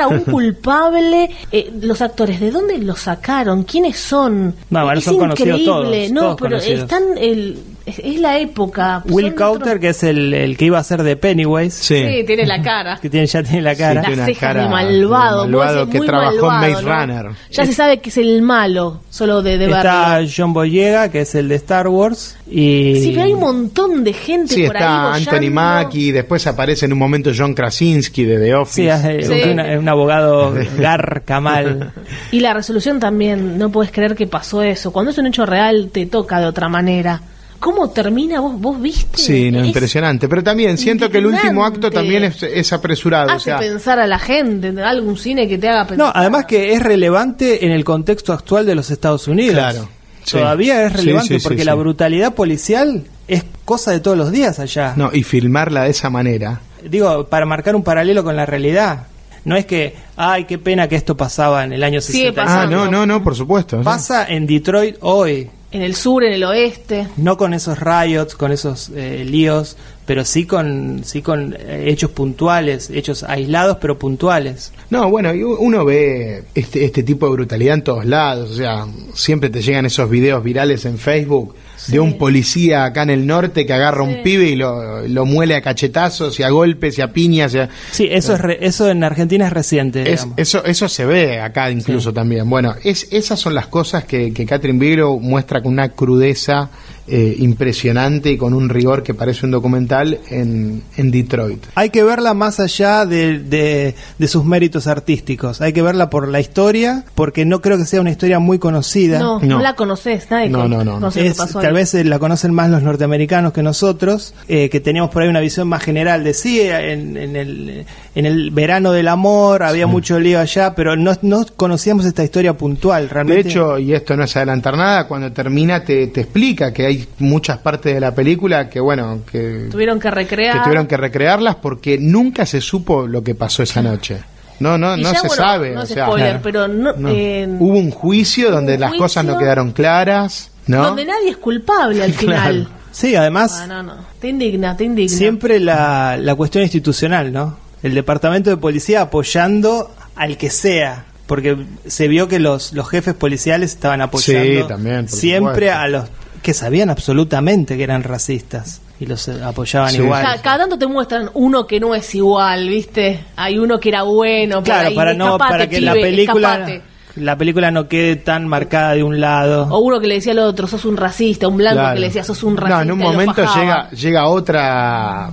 S4: a un culpable. Eh, los actores, ¿de dónde los sacaron? ¿Quiénes son?
S3: No, bueno, son conocidos todos,
S4: no,
S3: todos
S4: pero
S3: conocidos.
S4: están. El, es, es la época.
S3: Will
S4: Son
S3: Couter,
S4: otros-
S3: que es el, el que iba a ser de Pennywise,
S4: Sí, tiene la cara.
S3: que tiene, ya tiene la cara.
S2: tiene una
S4: Las cejas
S2: cara
S4: de malvado,
S2: de malvado
S4: vos decís,
S2: que
S4: muy
S2: trabajó en Maze
S4: malvado, ¿no?
S2: Runner.
S4: Ya se sabe que es el malo, solo de, de
S3: Está
S4: verlo.
S3: John Boyega, que es el de Star Wars. Y
S4: Sí, pero hay un montón de gente
S2: Sí,
S4: por
S2: está
S4: ahí
S2: Anthony
S4: boyando.
S2: Mackie, después aparece en un momento John Krasinski de The Office.
S3: Sí, hace-
S2: eh,
S4: Sí.
S3: un, un- un abogado garca mal.
S4: Y la resolución también, no puedes creer que pasó eso. Cuando es un hecho real, te toca de otra manera. ¿Cómo termina? ¿Vos, vos viste?
S2: Sí, no,
S4: Es-
S2: impresionante. Pero también siento que el último acto también es, es apresurado.
S4: Hace
S2: O sea,
S4: pensar a la gente, ¿entendés? algún cine que te haga pensar.
S3: No, además que es relevante en el contexto actual de los Estados Unidos.
S2: Claro, sí.
S3: Todavía es
S2: Sí,
S3: relevante
S2: sí, sí,
S3: porque
S2: sí.
S3: la brutalidad policial es cosa de todos los días allá.
S2: no, y filmarla de esa manera.
S3: Digo, para marcar un paralelo con la realidad. No es que, ay, qué pena que esto pasaba en el año
S4: Sigue
S3: 60.
S2: Ah,
S4: Pasando.
S2: no, no, no, por supuesto. ¿no?
S3: Pasa en Detroit hoy.
S4: En el sur, en el oeste.
S3: No con esos riots, con esos eh, líos, pero sí con, sí con eh, hechos puntuales, hechos aislados pero puntuales.
S2: No, bueno, y u- uno ve este, este tipo de brutalidad en todos lados. O sea, siempre te llegan esos videos virales en Facebook de un policía acá en el norte que agarra a un pibe y lo, lo muele a cachetazos y a golpes y a piñas. y a-
S3: Sí, eso, es re- eso en Argentina es reciente.
S2: Es-
S3: digamos.
S2: eso, eso se ve acá incluso también. Bueno, es, esas son las cosas que, que Catherine Bigelow muestra con una crudeza eh, impresionante y con un rigor que parece un documental en, en Detroit.
S3: Hay que verla más allá de, de- de sus méritos artísticos. Hay que verla por la historia, porque no creo que sea una historia muy conocida.
S4: No, no,
S2: No.
S4: la conoces, nadie
S2: No,
S4: con-
S2: no, no.
S4: conoce lo que
S3: Es-
S4: pasó
S3: tal
S4: ahí.
S3: vez eh, la conocen más los norteamericanos que nosotros, eh, que teníamos por ahí una visión más general de sí, eh, en, en el, en el verano del amor había mucho lío allá, pero no, no conocíamos esta historia puntual
S2: De
S3: realmente.
S2: hecho, y esto no es adelantar nada, cuando termina te, te explica que hay muchas partes de la película que, bueno, que,
S4: Tuvieron que recrear.
S2: que tuvieron que recrearlas porque nunca se supo lo que pasó esa noche. No, no,
S4: Y
S2: no
S4: ya,
S2: se
S4: bueno,
S2: sabe.
S4: No
S2: o
S4: es
S2: sea,
S4: spoiler, pero no,
S2: no.
S4: eh,
S2: Hubo un juicio donde
S4: un
S2: las cosas no
S4: juicio
S2: quedaron claras, ¿no?
S4: donde nadie es culpable al final.
S2: Claro.
S3: sí, además,
S4: Ah, no, no. Te indigna, te indigna.
S3: siempre la, la cuestión institucional, ¿no? El departamento de policía apoyando al que sea. Porque se vio que los, los jefes policiales estaban apoyando
S2: Sí, también, por
S3: siempre
S2: supuesto.
S3: a los que sabían absolutamente que eran racistas y los eh, apoyaban
S2: Sí.
S3: igual.
S4: Ca- Cada, tanto te muestran uno que no es igual, ¿viste? Hay uno que era bueno. por
S3: Claro,
S4: ahí,
S3: para no
S4: escapate,
S3: para que la
S4: pibe,
S3: película
S4: escapate.
S3: la película no quede tan marcada de un lado.
S4: O uno que le decía al otro, sos un racista, un blanco
S2: Claro.
S4: que le decía, sos un racista.
S2: No, en un
S4: y lo
S2: momento
S4: fajaba.
S2: llega, llega otra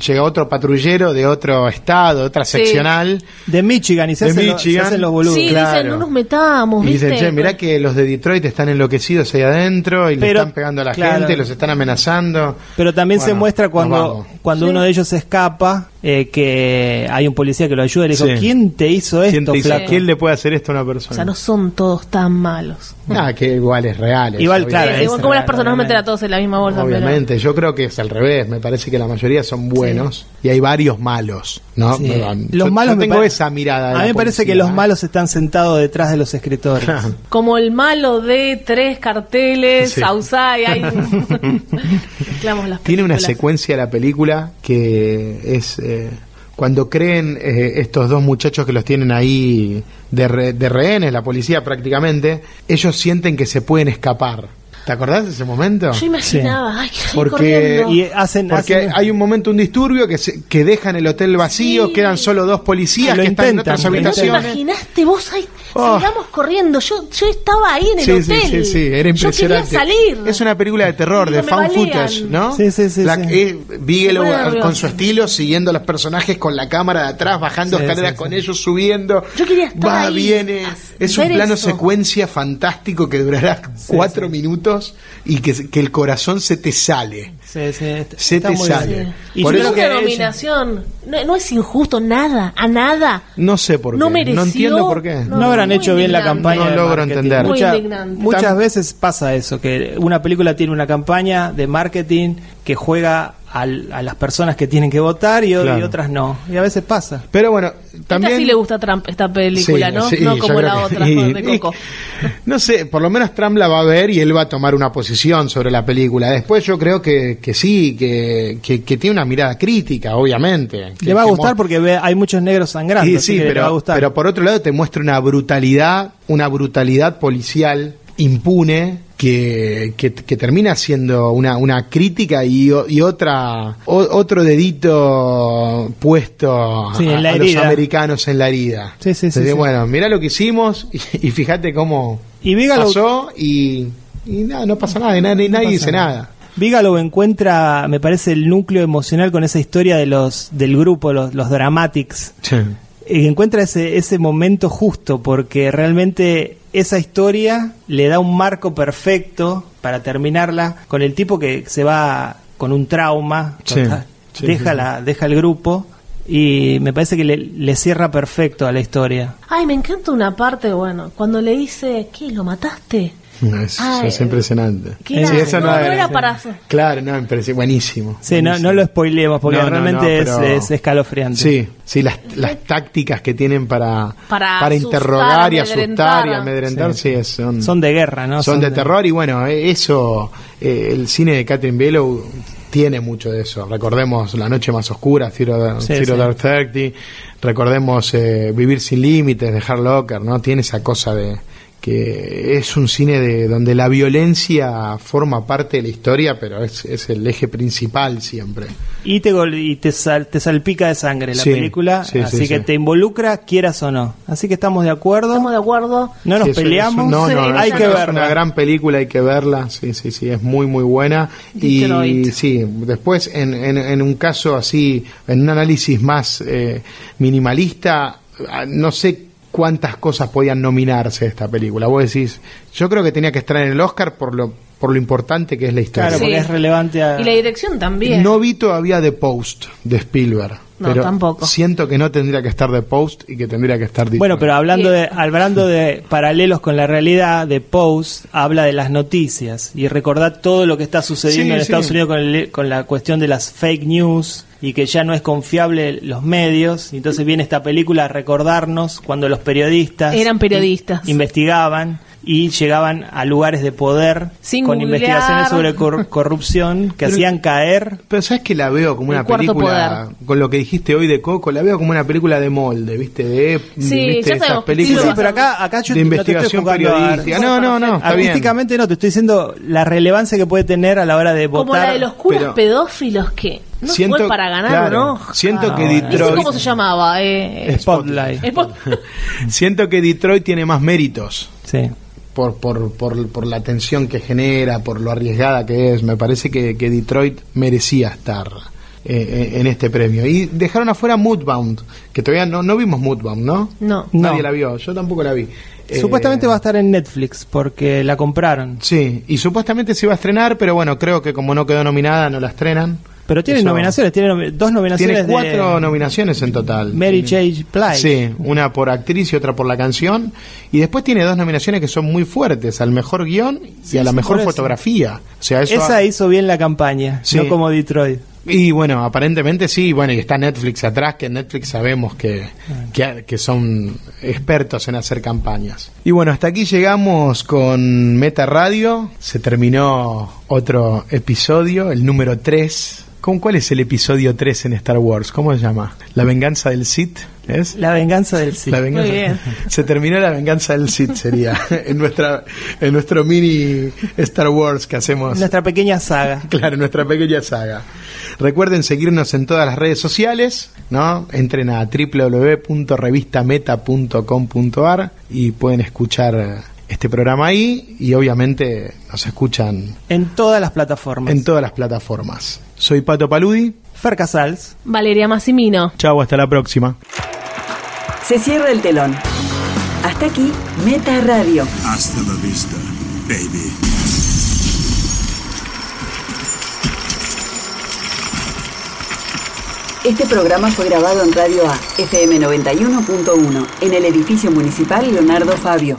S2: llega otro patrullero de otro estado, de otra
S4: Sí.
S2: seccional.
S3: de Michigan y se,
S2: De
S3: hacen, los- se
S2: Michigan.
S3: hacen los boludos.
S4: Sí, dicen,
S2: claro.
S4: no nos metamos,
S2: Y
S4: ¿viste?
S2: dicen, che, mirá que los de Detroit están enloquecidos ahí adentro y le
S3: Pero-
S2: están pegando a la
S3: claro.
S2: gente, los están amenazando.
S3: Pero también se
S2: Bueno,
S3: muestra
S2: nos
S3: cuando,
S2: vamos.
S3: cuando
S4: Sí.
S3: uno de ellos se escapa eh, que hay un policía que lo ayuda y le dijo,
S2: Sí.
S3: ¿quién te hizo esto,
S2: ¿Quién, te hizo-
S3: flaco?"
S2: quién le puede hacer esto a una
S4: O sea,
S2: persona?
S4: no son todos tan malos.
S2: Ah, que igual es real. eso,
S3: Igual, claro,
S2: obviamente.
S4: Sí,
S3: es
S4: como las
S3: real,
S4: personas no meten a
S3: obviamente.
S4: todos en la misma bolsa. pero-
S2: Obviamente, yo creo que es al revés. Me parece que la mayoría son buenos y hay varios malos, ¿no?
S3: Sí.
S2: Pero,
S3: Los
S2: Ah, yo-
S3: malos
S2: yo
S3: me
S2: tengo
S3: pare-
S2: esa mirada.
S3: A
S2: de
S3: mí
S2: la
S3: me parece
S2: policía,
S3: que los
S2: ¿eh?
S3: malos están sentados detrás de los escritores.
S4: Como el malo de tres carteles,
S2: Sí.
S4: Ausay, hay... Mezclamos las
S2: Tiene una
S4: películas.
S2: secuencia de la película que es eh, cuando creen eh, estos dos muchachos que los tienen ahí de, re- de rehenes, la policía prácticamente, ellos sienten que se pueden escapar. ¿Te acordás de ese momento?
S4: Yo imaginaba, ay, que salí
S2: Porque,
S4: corriendo.
S3: Y hacen-
S2: porque
S3: hacen-
S2: hay un momento, un disturbio, que, se- que dejan el hotel vacío,
S4: Sí.
S2: quedan solo dos policías
S3: Lo
S2: que están en
S3: intentan,
S2: otras
S3: lo
S4: ¿No te
S3: intentan.
S2: habitaciones.
S4: imaginaste vos ahí?
S2: Oh.
S4: Salgamos corriendo. Yo, yo estaba ahí en el
S2: Sí, sí,
S4: hotel.
S2: sí, sí, era impresionante.
S4: Yo quería salir.
S2: Es una película de terror,
S4: Digo,
S2: de
S4: me
S2: found
S4: balean.
S2: footage, ¿no?
S3: Sí, sí, sí,
S2: La-
S3: sí.
S2: eh, Bigelow
S4: Me pone
S2: ah,
S4: nerviosa.
S2: con su estilo, siguiendo a los personajes con la cámara de atrás, bajando
S3: Sí,
S2: escaleras
S3: sí,
S2: con
S3: sí.
S2: ellos, subiendo.
S4: Yo quería estar
S2: Va,
S4: ahí,
S2: viene.
S4: as-
S2: Es un
S4: ver
S2: plano
S4: eso.
S2: secuencia fantástico que durará cuatro minutos y que, que el corazón se te sale.
S3: Sí, sí, está-
S2: Se
S3: está
S2: te
S3: muy
S2: sale.
S3: bien.
S2: Sí.
S3: Y
S2: Este, Por
S3: yo
S4: es
S2: eso-
S3: creo
S4: una
S3: que
S4: nominación. No, no es injusto nada, a nada.
S2: No sé por qué.
S4: No mereció.
S2: No entiendo por qué.
S3: No,
S4: No,
S3: habrán
S4: muy
S3: hecho bien la
S4: indignante.
S3: campaña.
S2: No
S3: de
S2: logro
S3: marketing.
S2: entender.
S4: Muy
S3: Mucha-
S4: indignante.
S3: muchas
S2: Tam-
S3: veces pasa eso, que una película tiene una campaña de marketing que juega al- a las personas que tienen que votar y, o- y
S2: Claro.
S3: otras no. Y a veces pasa.
S2: Pero bueno, también.
S4: Esta sí le gusta a Trump, esta película,
S2: Sí,
S4: ¿no?
S2: sí,
S4: no
S2: yo
S4: como
S2: creo
S4: la
S2: que-
S4: otra,
S2: y-
S4: de
S2: y-
S4: Coco.
S2: no sé, por lo menos Trump la va a ver y él va a tomar una posición sobre la película. Después yo creo que, que sí, que, que, que tiene una mirada crítica, obviamente. Que-
S3: le va a
S2: que
S3: gustar
S2: mo-
S3: porque ve- hay muchos negros sangrando.
S2: Sí,
S3: así
S2: sí,
S3: que le va a
S2: pero,
S3: gustar.
S2: pero por otro lado te muestra una brutalidad, una brutalidad policial impune que, que- que termina siendo una, una crítica y, o- y otra o- otro dedito puesto
S3: Sí,
S2: a,
S3: en la
S2: a los
S3: herida.
S2: americanos en la herida.
S3: Sí, sí, sí,
S2: Decir,
S3: sí.
S2: Bueno, mirá lo que hicimos y, y fíjate cómo
S3: Y Bigelow-
S2: pasó y, y nada, no pasa nada, y nadie, nadie dice nada.
S3: Vígalo encuentra, me parece, el núcleo emocional con esa historia de los del grupo, los, los Dramatics. Y encuentra ese, ese momento justo porque realmente esa historia le da un marco perfecto para terminarla con el tipo que se va con un trauma,
S2: Sí,
S3: total,
S2: sí,
S3: deja,
S2: sí.
S3: La, deja el grupo y me parece que le, le cierra perfecto a la historia.
S4: Ay, me encanta una parte, bueno, cuando le dice, ¿qué? ¿Lo mataste?
S2: Es,
S4: Ay,
S2: es impresionante.
S4: ¿qué era?
S2: Sí, eso
S4: no,
S2: no
S4: no
S2: era-
S4: era para...
S2: Claro, no, me parece buenísimo.
S3: Sí, no,
S2: buenísimo.
S3: no lo spoilemos porque
S2: No, no,
S3: realmente
S2: no, pero-
S3: es, es escalofriante.
S2: Sí, sí, las, las tácticas que tienen para,
S4: Para
S2: para,
S4: asustar,
S2: interrogar y
S4: amedrentar.
S2: asustar y amedrentar,
S3: Sí.
S2: sí, es- son,
S3: Son de guerra, Ah, ¿no?
S2: son de terror y bueno, eh, eso, eh, el cine de Catherine Bigelow tiene mucho de eso. Recordemos La Noche Más Oscura, Zero,
S3: Sí,
S2: Zero
S3: sí.
S2: Dark Thirty, recordemos eh, Vivir Sin Límites de Hard Locker, ¿no? Tiene esa cosa de que es un cine de donde la violencia forma parte de la historia, pero es, es el eje principal siempre.
S3: Y te, gol- y te, sal- te salpica de sangre la
S2: Sí,
S3: película,
S2: sí, sí,
S3: así
S2: sí.
S3: que te involucra, quieras o no. Así que estamos de acuerdo,
S4: Estamos de acuerdo.
S3: no nos
S2: Sí, es- es-
S3: peleamos,
S2: no, no,
S3: hay
S2: es-
S3: que
S2: es
S3: verla.
S2: una gran película, hay que verla. Sí, sí, sí, es muy, muy buena. Y
S4: Detroit.
S2: sí, después, en, en- en un caso así, en un análisis más eh, minimalista, ah, no sé cuántas cosas podían nominarse a esta película. Vos decís, yo creo que tenía que estar en el Oscar por lo, por lo importante que es la historia.
S3: Claro,
S4: Sí.
S3: porque es relevante a...
S4: Y la dirección también.
S2: No vi todavía The Post de Spielberg.
S4: No,
S2: pero
S4: tampoco.
S2: Siento que no tendría que estar The Post y que tendría que estar
S3: Bueno,
S2: Detroit.
S3: pero hablando
S4: Sí.
S3: de hablando de paralelos con la realidad de Post, habla de las noticias y recordar todo lo que está sucediendo
S2: Sí,
S3: en
S2: sí.
S3: Estados Unidos con, el- con la cuestión de las fake news y que ya no es confiable los medios. Y Entonces viene esta película a recordarnos cuando los periodistas
S4: Eran periodistas.
S3: in- investigaban y llegaban a lugares de poder
S4: Sin
S3: con
S4: googlear.
S3: investigaciones sobre cor- corrupción que
S2: Pero-
S3: hacían caer
S2: Pero sabes que la veo como
S4: El
S2: una
S4: cuarto
S2: película, con lo que dijiste hoy de Coco, la veo como una película de molde, ¿viste? De,
S4: Sí,
S2: ¿viste?
S4: ya
S2: esas
S4: sabemos que sí
S2: películas
S4: lo vas
S3: Sí, pero Ah, acá- acá yo
S2: de
S3: no te
S2: investigación
S3: estoy jugando a-
S2: periodística. No, no, no, está bien.
S3: Artísticamente no, te estoy diciendo la relevancia que puede tener a la hora de votar.
S4: Como la de los curas
S2: pero-
S4: pedófilos que no fue para ganar
S2: claro,
S4: un Oscar.
S2: Siento que
S3: Ah, bueno.
S4: ¿Y ese
S2: Detroit...
S4: cómo se llamaba? Eh,
S3: Spotlight.
S4: Spot-
S2: Siento que Detroit tiene más méritos.
S3: Sí.
S2: por, por, por, por la tensión que genera, por lo arriesgada que es. Me parece que, que Detroit merecía estar eh, eh, en este premio. Y dejaron afuera Moodbound, que todavía no, no vimos Moodbound, ¿no?
S4: No.
S2: Nadie
S3: No.
S2: la vio, yo tampoco la vi. Eh,
S3: Supuestamente va a estar en Netflix porque la compraron.
S2: Sí, y supuestamente se iba a estrenar, pero bueno, creo que como no quedó nominada, no la estrenan.
S3: Pero tiene
S2: Eso-
S3: nominaciones, tiene nomi- dos nominaciones
S2: Tiene cuatro
S3: de
S2: nominaciones en total.
S3: Mary J. Blige.
S2: Sí, una por actriz y otra por la canción. Y después tiene dos nominaciones que son muy fuertes, al mejor guión y a la
S3: sí,
S2: mejor
S3: por eso.
S2: fotografía. O sea, eso
S3: Esa hizo bien la campaña,
S2: Sí.
S3: no como Detroit.
S2: Y bueno, aparentemente sí, bueno, y está Netflix atrás, que en Netflix sabemos que, que, que son expertos en hacer campañas. Y bueno, hasta aquí llegamos con Meta Radio, se terminó otro episodio, el número 3. ¿Con cuál es el episodio 3 en Star Wars? ¿Cómo se llama? ¿La venganza del Sith? ¿Es?
S3: La venganza del sí.
S2: La venganza.
S4: Muy bien.
S2: Se terminó la venganza del Sith sería en nuestra en nuestro mini Star Wars que hacemos.
S3: Nuestra pequeña saga.
S2: Claro, nuestra pequeña saga. Recuerden seguirnos en todas las redes sociales, ¿no? Entren a www.revistameta.com.ar y pueden escuchar este programa ahí y obviamente nos escuchan
S3: En todas las plataformas.
S2: en todas las plataformas. Soy Pato Paludi.
S3: Fer Casals.
S4: Valeria Massimino.
S2: Chau, hasta la próxima.
S1: Se cierra el telón. Hasta aquí, Meta Radio.
S5: Hasta la vista, baby.
S1: Este programa fue grabado en Radio A, FM 91.1, en el edificio municipal Leonardo Fabio.